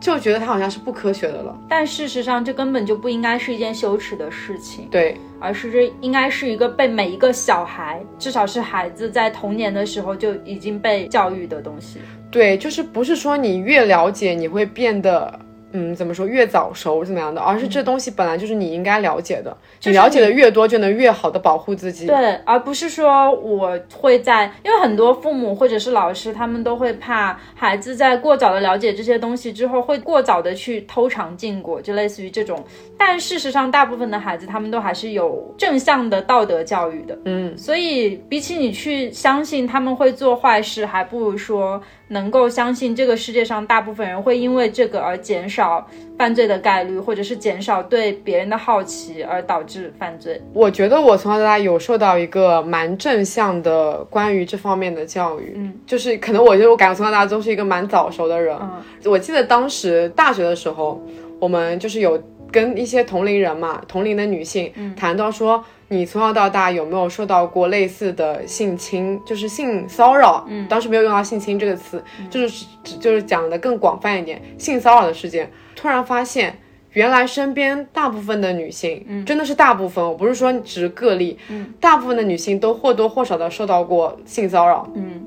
Speaker 1: 就觉得它好像是不科学的了。
Speaker 2: 但事实上这根本就不应该是一件羞耻的事情。
Speaker 1: 对，
Speaker 2: 而是这应该是一个被每一个小孩，至少是孩子在童年的时候就已经被教育的东西。
Speaker 1: 对，就是不是说你越了解你会变得，嗯，怎么说越早熟怎么样的，而是这东西本来就是你应该了解的，
Speaker 2: 嗯就是
Speaker 1: 你了解
Speaker 2: 你
Speaker 1: 的越多，就能越好的保护自己。
Speaker 2: 对，而不是说我会在，因为很多父母或者是老师，他们都会怕孩子在过早的了解这些东西之后，会过早的去偷尝禁果，就类似于这种。但事实上，大部分的孩子他们都还是有正向的道德教育的，
Speaker 1: 嗯，
Speaker 2: 所以比起你去相信他们会做坏事，还不如说能够相信这个世界上大部分人会因为这个而减少犯罪的概率，或者是减少对别人的好奇而导致犯罪。
Speaker 1: 我觉得我从小到大有受到一个蛮正向的关于这方面的教育，
Speaker 2: 嗯，
Speaker 1: 就是可能我觉得我感觉从小到大都是一个蛮早熟的人，
Speaker 2: 嗯
Speaker 1: 我记得当时大学的时候，我们就是有跟一些同龄人嘛，同龄的女性、
Speaker 2: 嗯
Speaker 1: 谈到说，你从小到大有没有受到过类似的性侵，就是性骚扰？嗯，当时没有用到性侵这个词，
Speaker 2: 嗯
Speaker 1: 就是只就是讲的更广泛一点，性骚扰的事件。突然发现。原来身边大部分的女性，嗯、真的是大部分，我不是说只是个例，嗯、大部分的女性都或多或少的受到过性骚扰，
Speaker 2: 嗯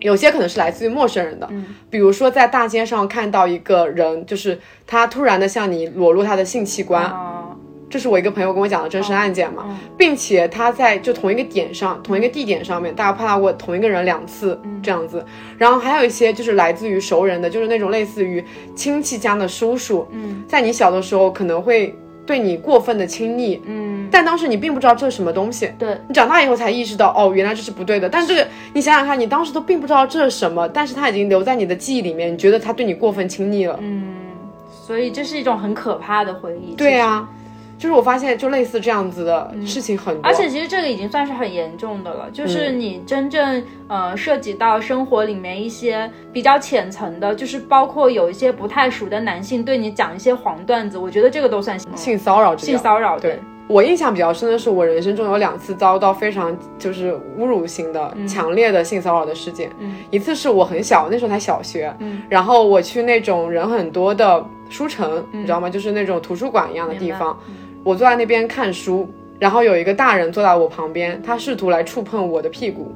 Speaker 1: 有些可能是来自于陌生人的，比如说在大街上看到一个人，就是他突然的向你裸露他的性器官，
Speaker 2: 啊
Speaker 1: 这是我一个朋友跟我讲的真实案件嘛，
Speaker 2: 嗯
Speaker 1: 并且他在就同一个点上、同一个地点上面，大家碰到过同一个人两次、这样子。然后还有一些就是来自于熟人的，就是那种类似于亲戚家的叔叔，
Speaker 2: 嗯，
Speaker 1: 在你小的时候可能会对你过分的亲昵，
Speaker 2: 嗯，
Speaker 1: 但当时你并不知道这是什么东西，
Speaker 2: 对
Speaker 1: 你长大以后才意识到，哦，原来这是不对的。但这个你想想看，你当时都并不知道这是什么，但是它已经留在你的记忆里面，你觉得他对你过分亲昵了。
Speaker 2: 嗯所以这是一种很可怕的回忆。
Speaker 1: 对
Speaker 2: 其实。
Speaker 1: 啊，就是我发现就类似这样子的事情很多，
Speaker 2: 嗯而且其实这个已经算是很严重的了，就是你真正、呃涉及到生活里面一些比较浅层的，就是包括有一些不太熟的男性对你讲一些黄段子，我觉得这个都算性
Speaker 1: 性骚扰这
Speaker 2: 性
Speaker 1: 样。
Speaker 2: 骚扰。
Speaker 1: 对，我印象比较深的是，我人生中有两次遭到非常就是侮辱性的、强烈的性骚扰的事件。
Speaker 2: 嗯，
Speaker 1: 一次是我很小，那时候才小学，
Speaker 2: 嗯，
Speaker 1: 然后我去那种人很多的书城，
Speaker 2: 嗯
Speaker 1: 你知道吗？就是那种图书馆一样的地方，我坐在那边看书，然后有一个大人坐在我旁边，他试图来触碰我的屁股。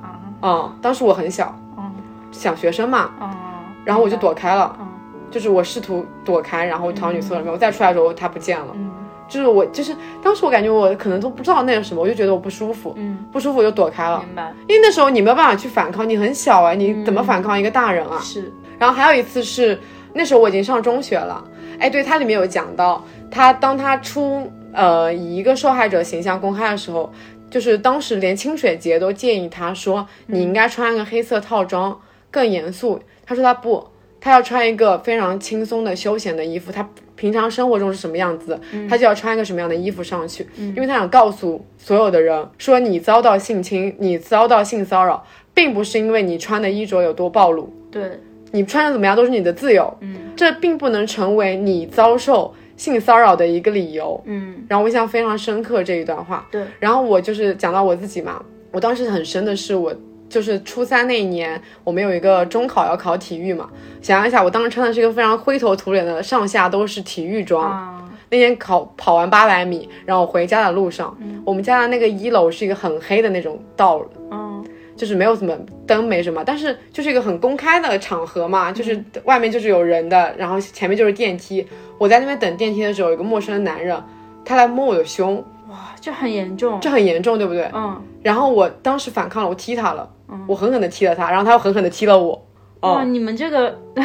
Speaker 2: 啊
Speaker 1: 嗯，当时我很小，
Speaker 2: 嗯
Speaker 1: 小学生嘛，
Speaker 2: 啊，
Speaker 1: 然后我就躲开了，
Speaker 2: 嗯
Speaker 1: 就是我试图躲开，然后逃到女厕所里面，我再出来的时候他不见了。
Speaker 2: 嗯
Speaker 1: 就是我就是当时我感觉我可能都不知道那是什么，我就觉得我不舒服，
Speaker 2: 嗯，
Speaker 1: 不舒服我就躲开了，
Speaker 2: 明白，嗯
Speaker 1: 因为那时候你没有办法去反抗，你很小哎，你怎么反抗一个大人啊？
Speaker 2: 是，
Speaker 1: 然后还有一次是那时候我已经上中学了，哎，对，它里面有讲到，他当他出呃以一个受害者形象公开的时候，就是当时连清水节都建议他说你应该穿一个黑色套装，更严肃。他说他不，他要穿一个非常轻松的休闲的衣服，他平常生活中是什么样子，他就要穿一个什么样的衣服上去，因为他想告诉所有的人说你遭到性侵，你遭到性骚扰，并不是因为你穿的衣着有多暴露。
Speaker 2: 对，
Speaker 1: 你穿的怎么样都是你的自由，
Speaker 2: 嗯，
Speaker 1: 这并不能成为你遭受性骚扰的一个理由。
Speaker 2: 嗯，
Speaker 1: 然后我印象非常深刻这一段话，
Speaker 2: 对，
Speaker 1: 然后我就是讲到我自己嘛，我当时很深的是我。就是初三那一年，我们有一个中考要考体育嘛，想象一下，我当时穿的是一个非常灰头土脸的，上下都是体育装，
Speaker 2: 啊，
Speaker 1: 那天考跑完八百米，然后回家的路上，我们家的那个一楼是一个很黑的那种道，
Speaker 2: 嗯，
Speaker 1: 就是没有怎么灯没什么，但是就是一个很公开的场合嘛，就是
Speaker 2: 嗯
Speaker 1: 外面就是有人的，然后前面就是电梯。我在那边等电梯的时候，有一个陌生的男人，他来摸我的胸，
Speaker 2: 哇，这很严重，
Speaker 1: 这很严重，对不对？
Speaker 2: 哦嗯，
Speaker 1: 然后我当时反抗了，我踢他了，我狠狠的踢了他，然后他又狠狠的踢了我。
Speaker 2: 哇，你们这 个，哦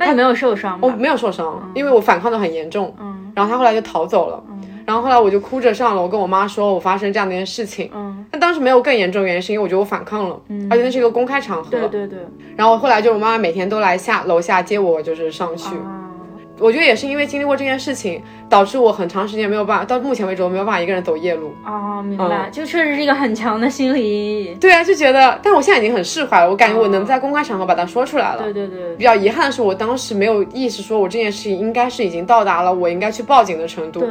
Speaker 2: 那哦你没有受伤
Speaker 1: 我
Speaker 2: 吧？
Speaker 1: 哦没有受伤，因为我反抗的很严重。
Speaker 2: 嗯
Speaker 1: 然后他后来就逃走了，
Speaker 2: 嗯
Speaker 1: 然后后来我就哭着上楼跟我妈说，我发生这样的一件事情。
Speaker 2: 嗯，
Speaker 1: 但当时没有更严重的原因，是因为我觉得我反抗了，而且那是一个公开场合。
Speaker 2: 对对对，
Speaker 1: 然后后来就是我妈妈每天都来下楼下接我，就是上去。
Speaker 2: 啊，
Speaker 1: 我觉得也是因为经历过这件事情，导致我很长时间没有办法，到目前为止我没有办法一个人走夜路。
Speaker 2: 哦，明白，就确实是一个很强的心理阴影。
Speaker 1: 对啊，就觉得，但我现在已经很释怀了，我感觉我能在公开场合把它说出来了。
Speaker 2: 对对对
Speaker 1: 比较遗憾的是，我当时没有意识，说我这件事情应该是已经到达了我应该去报警的程度。
Speaker 2: 对，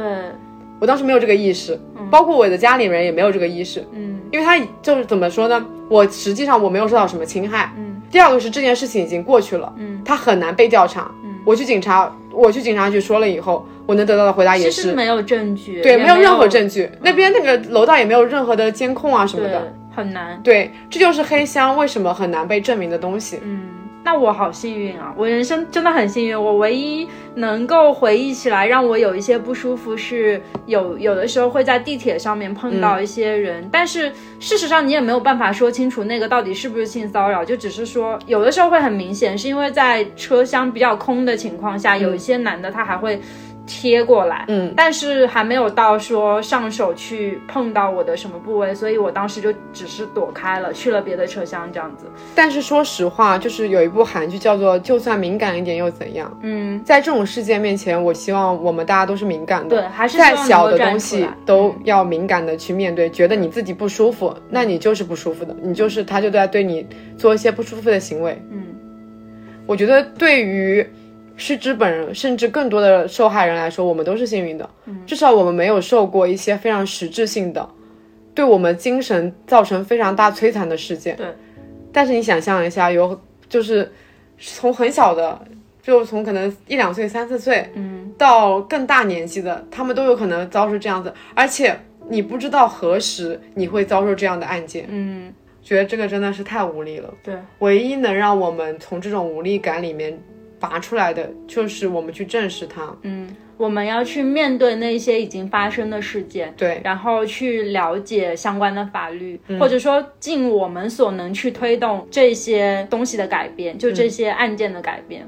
Speaker 1: 我当时没有这个意识，包括我的家里人也没有这个意识，
Speaker 2: 嗯
Speaker 1: 因为他就是怎么说呢？我实际上我没有受到什么侵害。
Speaker 2: 嗯
Speaker 1: 第二个是这件事情已经过去了，
Speaker 2: 嗯，
Speaker 1: 他很难被调查。
Speaker 2: 嗯
Speaker 1: 我去警察，我去警察局说了以后，我能得到的回答也
Speaker 2: 其
Speaker 1: 是
Speaker 2: 实没有证据，
Speaker 1: 对，
Speaker 2: 也嗯
Speaker 1: 没有任何证据。那边那个楼道也没有任何的监控啊什么
Speaker 2: 对
Speaker 1: 的。，
Speaker 2: 很难。
Speaker 1: 对，这就是黑箱为什么很难被证明的东西。
Speaker 2: 嗯，那我好幸运啊！我人生真的很幸运，我唯一能够回忆起来让我有一些不舒服是有有的时候会在地铁上面碰到一些人，但是事实上你也没有办法说清楚那个到底是不是性骚扰，就只是说有的时候会很明显，是因为在车厢比较空的情况下，有一些男的他还会。贴过来，
Speaker 1: 嗯
Speaker 2: 但是还没有到说上手去碰到我的什么部位，所以我当时就只是躲开了，去了别的车厢这样子。
Speaker 1: 但是说实话，就是有一部韩剧叫做《就算敏感一点又怎样》。
Speaker 2: 嗯，
Speaker 1: 在这种事件面前，我希望我们大家都是敏感的，
Speaker 2: 对还是希望
Speaker 1: 再小的东
Speaker 2: 能
Speaker 1: 西
Speaker 2: 够站出来嗯
Speaker 1: 都要敏感的去面对。觉得你自己不舒服，那你就是不舒服的，你就是他就在对你做一些不舒服的行为。
Speaker 2: 嗯，
Speaker 1: 我觉得对于失之本人，甚至更多的受害人来说，我们都是幸运的，
Speaker 2: 嗯
Speaker 1: 至少我们没有受过一些非常实质性的，对我们精神造成非常大摧残的事件。
Speaker 2: 对，
Speaker 1: 但是你想象一下，有就是从很小的。就从可能一两岁、三四岁，
Speaker 2: 嗯，
Speaker 1: 到更大年纪的，他们都有可能遭受这样子，而且你不知道何时你会遭受这样的案件，
Speaker 2: 嗯，
Speaker 1: 觉得这个真的是太无力了。
Speaker 2: 对，
Speaker 1: 唯一能让我们从这种无力感里面拔出来的，就是我们去正视它。
Speaker 2: 嗯，我们要去面对那些已经发生的事件，
Speaker 1: 对，嗯
Speaker 2: 然后去了解相关的法律，或者说尽我们所能去推动这些东西的改变，
Speaker 1: 嗯
Speaker 2: 就这些案件的改变。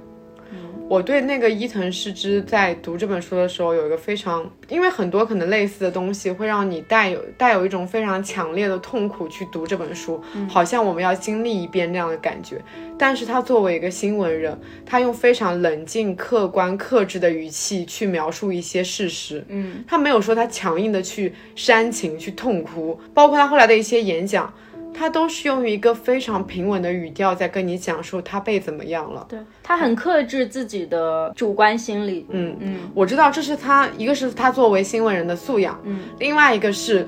Speaker 1: 我对那个伊藤诗织在读这本书的时候，有一个非常，因为很多可能类似的东西会让你带有带有一种非常强烈的痛苦去读这本书，好像我们要经历一遍那样的感觉。但是他作为一个新闻人，他用非常冷静、客观、克制的语气去描述一些事实，
Speaker 2: 嗯，
Speaker 1: 他没有说他强硬的去煽情、去痛哭，包括他后来的一些演讲。他都是用一个非常平稳的语调在跟你讲述他被怎么样了，
Speaker 2: 对他很克制自己的主观心理。嗯嗯
Speaker 1: 我知道这是他，一个是他作为新闻人的素养，
Speaker 2: 嗯，
Speaker 1: 另外一个是，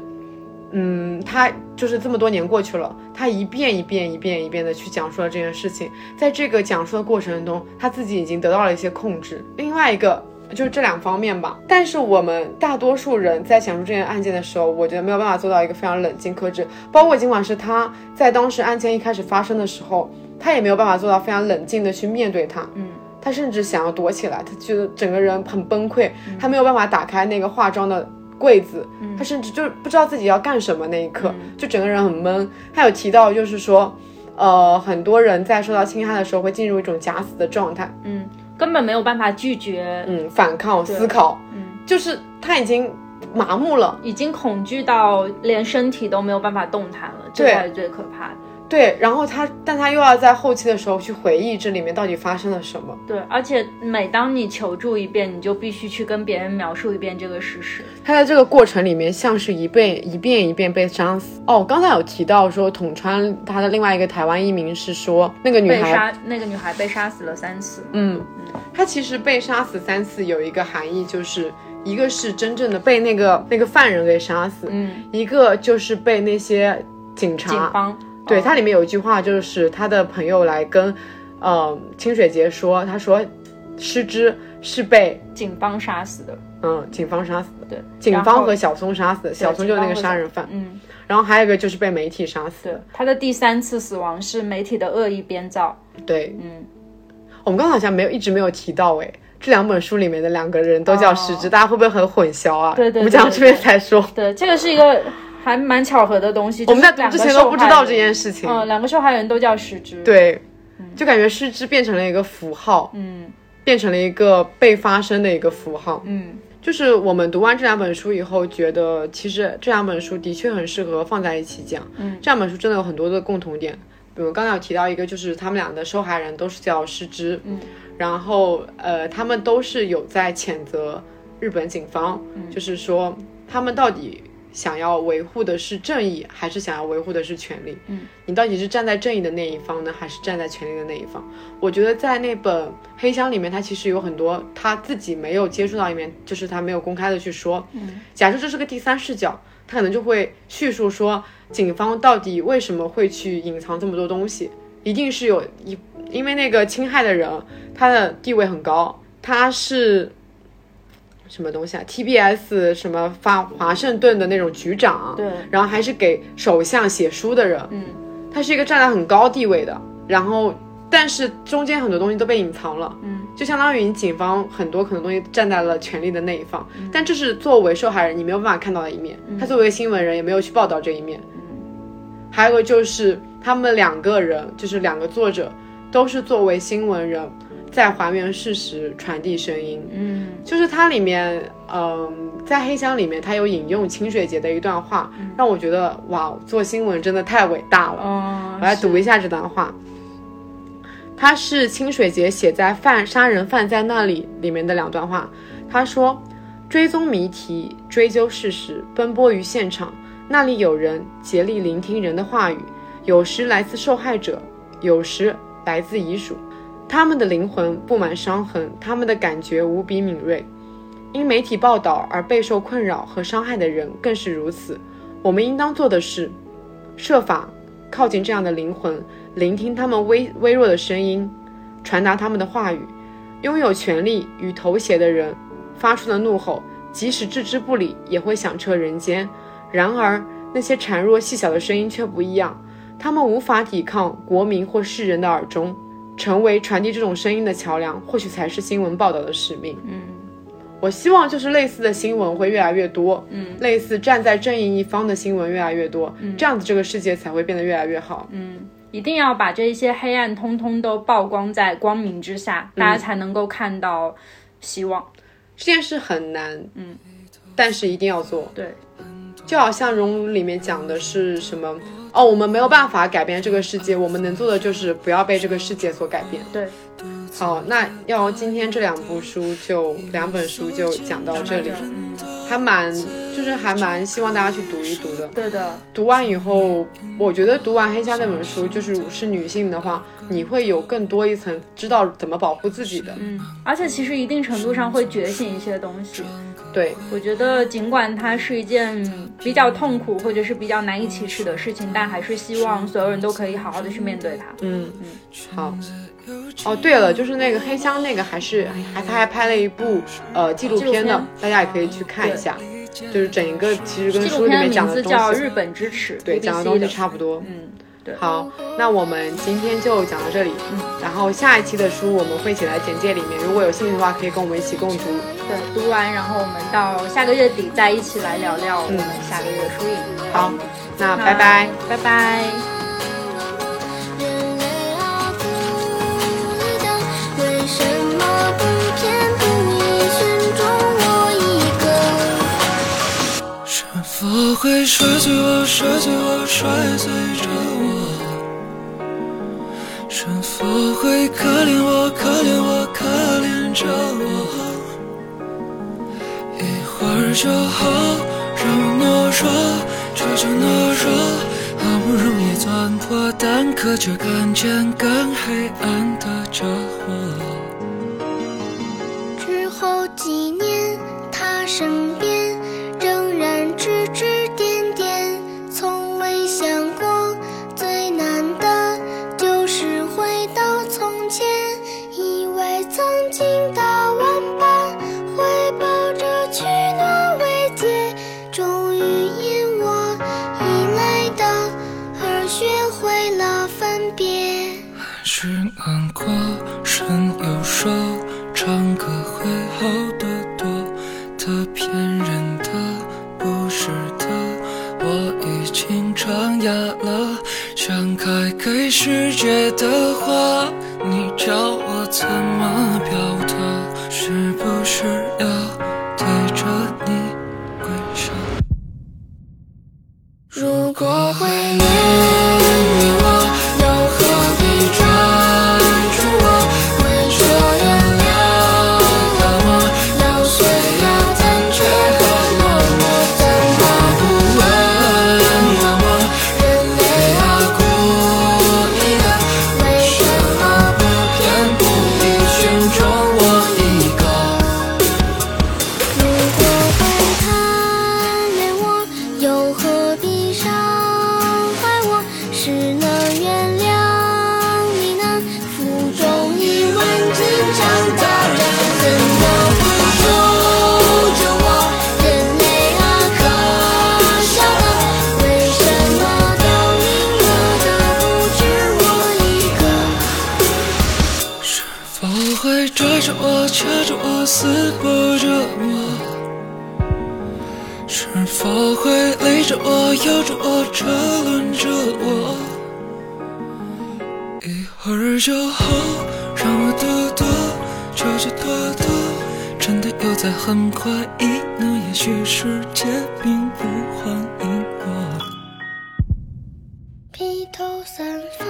Speaker 1: 嗯，他就是这么多年过去了，他一遍一遍一遍一遍的去讲述了这件事情，在这个讲述的过程中，他自己已经得到了一些控制。另外一个。就是这两方面吧，但是我们大多数人在讲述这件案件的时候，我觉得没有办法做到一个非常冷静克制。包括尽管是他在当时案件一开始发生的时候，他也没有办法做到非常冷静的去面对它。
Speaker 2: 嗯，
Speaker 1: 他甚至想要躲起来，他觉得整个人很崩溃，他没有办法打开那个化妆的柜子，他甚至就不知道自己要干什么那一刻，就整个人很闷。他有提到就是说，呃，很多人在受到侵害的时候会进入一种假死的状态，
Speaker 2: 嗯根本没有办法拒绝，
Speaker 1: 嗯，反抗、思考，就是他已经麻木了。
Speaker 2: 已经恐惧到连身体都没有办法动弹了，这
Speaker 1: 对
Speaker 2: 才是最可怕的。
Speaker 1: 对，然后他，但他又要在后期的时候去回忆这里面到底发生了什么。
Speaker 2: 对，而且每当你求助一遍，你就必须去跟别人描述一遍这个事实。
Speaker 1: 他在这个过程里面，像是一遍一遍一遍被杀死。哦，刚才有提到说，统川他的另外一个台湾译名是说，那个女
Speaker 2: 被
Speaker 1: 孩，
Speaker 2: 杀那个女孩被杀死了三次，
Speaker 1: 嗯，她其实被杀死三次，有一个含义就是，一个是真正的被那个那个犯人给杀死，
Speaker 2: 嗯，
Speaker 1: 一个就是被那些警察
Speaker 2: 警方
Speaker 1: 对，
Speaker 2: 哦
Speaker 1: 它里面有一句话，就是他的朋友来跟，呃，清水节说，他说，失之是被
Speaker 2: 警方杀死的，
Speaker 1: 嗯警方杀死的，
Speaker 2: 对，
Speaker 1: 警
Speaker 2: 然后
Speaker 1: 方和小松杀死的，小松就是那个杀人犯，
Speaker 2: 嗯，
Speaker 1: 然后还有一个就是被媒体杀死
Speaker 2: 对
Speaker 1: 的，，
Speaker 2: 他的第三次死亡是媒体的恶意编造，
Speaker 1: 对
Speaker 2: 嗯，
Speaker 1: 我们刚刚好像没有一直没有提到哎。这两本书里面的两个人都叫失之，大家会不会很混淆啊？
Speaker 2: 对对对
Speaker 1: 我们讲到这边才说，
Speaker 2: 对，这个是一个还蛮巧合的东西。
Speaker 1: 我们在读之
Speaker 2: 就是两个
Speaker 1: 前都不知道这
Speaker 2: 受害人，
Speaker 1: 件事情。
Speaker 2: 嗯，两个受害人都叫石之，，
Speaker 1: 对，就感觉失之变成了一个符号，
Speaker 2: 嗯
Speaker 1: 变成了一个被发生的一个符号。
Speaker 2: 嗯，
Speaker 1: 就是我们读完这两本书以后，觉得其实这两本书的确很适合放在一起讲。
Speaker 2: 嗯，
Speaker 1: 这两本书真的有很多的共同点，比如刚才有提到一个，就是他们俩的受害人都是叫失之。
Speaker 2: 嗯，
Speaker 1: 然后呃，他们都是有在谴责日本警方，
Speaker 2: 嗯
Speaker 1: 就是说他们到底想要维护的是正义，还是想要维护的是权利？
Speaker 2: 嗯，
Speaker 1: 你到底是站在正义的那一方呢，还是站在权利的那一方？我觉得在那本《黑箱》里面，他其实有很多他自己没有接触到一面，就是他没有公开的去说。嗯，假设这是个第三视角，他可能就会叙述说，警方到底为什么会去隐藏这么多东西，一定是有一，因为那个侵害的人他的地位很高，他是。什么东西啊？TBS 什么发华盛顿的那种局长，
Speaker 2: 啊对，
Speaker 1: 然后还是给首相写书的人，
Speaker 2: 嗯
Speaker 1: 他是一个站在很高地位的，然后但是中间很多东西都被隐藏了，
Speaker 2: 嗯，
Speaker 1: 就相当于你警方很多可能东西站在了权力的那一方，
Speaker 2: 嗯
Speaker 1: 但这是作为受害人你没有办法看到的一面，他作为一个新闻人也没有去报道这一面。
Speaker 2: 嗯
Speaker 1: 还有个就是他们两个人，就是两个作者，都是作为新闻人在还原事实、传递声音。
Speaker 2: 嗯
Speaker 1: 就是它里面，嗯、在黑箱里面，它有引用清水节的一段话，让我觉得哇，做新闻真的太伟大了。
Speaker 2: 嗯，
Speaker 1: 我来读一
Speaker 2: 下，
Speaker 1: 下这段话，它是清水节写在《犯杀人犯在那里》里面的两段话。他说：“追踪谜题，追究事实，奔波于现场，那里有人竭力聆听人的话语，有时来自受害者，有时来自遗属。他们的灵魂布满伤痕，他们的感觉无比敏锐。因媒体报道而备受困扰和伤害的人更是如此。我们应当做的是，设法靠近这样的灵魂，聆听他们微微弱的声音，传达他们的话语。拥有权力与头衔的人发出的怒吼，即使置之不理，也会响彻人间。然而，那些孱弱细小的声音却不一样，他们无法抵抗国民或世人的耳中，成为传递这种声音的桥梁，或许才是新闻报道的使命。
Speaker 2: 嗯
Speaker 1: 我希望就是类似的新闻会越来越多，
Speaker 2: 嗯
Speaker 1: 类似站在正义一方的新闻越来越多，这样子这个世界才会变得越来越好。
Speaker 2: 嗯，一定要把这些黑暗通通都曝光在光明之下，大
Speaker 1: 嗯
Speaker 2: 家才能够看到希望。
Speaker 1: 这件事很难，
Speaker 2: 嗯，
Speaker 1: 但是一定要做。
Speaker 2: 对，
Speaker 1: 就好像《熔炉》里面讲的是什么？哦，我们没有办法改变这个世界，我们能做的就是不要被这个世界所改变。
Speaker 2: 对，
Speaker 1: 好，那要今天这两部书就两本书就讲到这里，
Speaker 2: 嗯，
Speaker 1: 还蛮就是还蛮希望大家去读一读的。
Speaker 2: 对的，
Speaker 1: 读完以后，我觉得读完《黑箱》那本书，就是是女性的话，你会有更多一层知道怎么保护自己的。
Speaker 2: 嗯，而且其实一定程度上会觉醒一些东西。
Speaker 1: 对，
Speaker 2: 我觉得，尽管它是一件比较痛苦或者是比较难以启齿的事情，但还是希望所有人都可以好好的去面对它。
Speaker 1: 嗯，好。哦，对了，就是那个黑箱那个还是还他还拍了一部呃纪录片的，大家也可以去看一下，就是整一个其实跟
Speaker 2: 纪
Speaker 1: 书
Speaker 2: 录
Speaker 1: 里
Speaker 2: 片
Speaker 1: 面
Speaker 2: 的
Speaker 1: 讲
Speaker 2: 名字
Speaker 1: 东
Speaker 2: 叫《
Speaker 1: 西，
Speaker 2: 日本之耻》，
Speaker 1: 对
Speaker 2: BBC
Speaker 1: 讲的东西
Speaker 2: 的
Speaker 1: 差不多。
Speaker 2: 嗯，对
Speaker 1: 好，那我们今天就讲到这里。嗯，然后下一期的书我们会写在简介里面，如果有兴趣的话，可以跟我们一起共读。
Speaker 2: 对，读完然后我们到下个月底再一起来聊聊我们下个月的书影。
Speaker 1: 嗯好，那
Speaker 2: 那
Speaker 1: 拜拜。，
Speaker 2: 拜拜。
Speaker 3: 人人好不一样，为什么不偏不倚选中我一个？
Speaker 4: 是否会摔碎我，摔碎我，摔碎着我？是否会可怜我，可怜我，可怜着我？一会儿就好，让我懦弱，追着懦弱，好不容易钻破蛋壳，却看见更黑暗的着火。
Speaker 3: 之后几年，他身边仍然指指点点，从未想过最难的就是回到从前，以为曾经的玩伴会抱着取暖慰藉，终于因我依赖的而学会了分别。
Speaker 4: 是难过，身有受，唱歌会好得多。他骗人的，不是的，我已经长哑了。想开给世界的话，你叫我怎么表达？是不是要对着你跪下？如果会怜悯我，又何必抓住我？为这样了了我，要谁要胆怯和落寞？但我不问了我，人类啊，故意的，为什么不偏不倚选中我一个？
Speaker 3: 如果会贪恋我，又何必伤害我？是能原谅你呢？腹中一万斤长大人，怎么不由着我？人类啊，可笑了，为什么凋零了的不止我一个？
Speaker 4: 是否会追着我，掐着我，撕破着我？是否会累着我，由着我，车轮着我？一会儿就好，让我躲躲，就去躲躲。真的又在很快意呢，也许世界并不欢迎我。
Speaker 3: 披头散发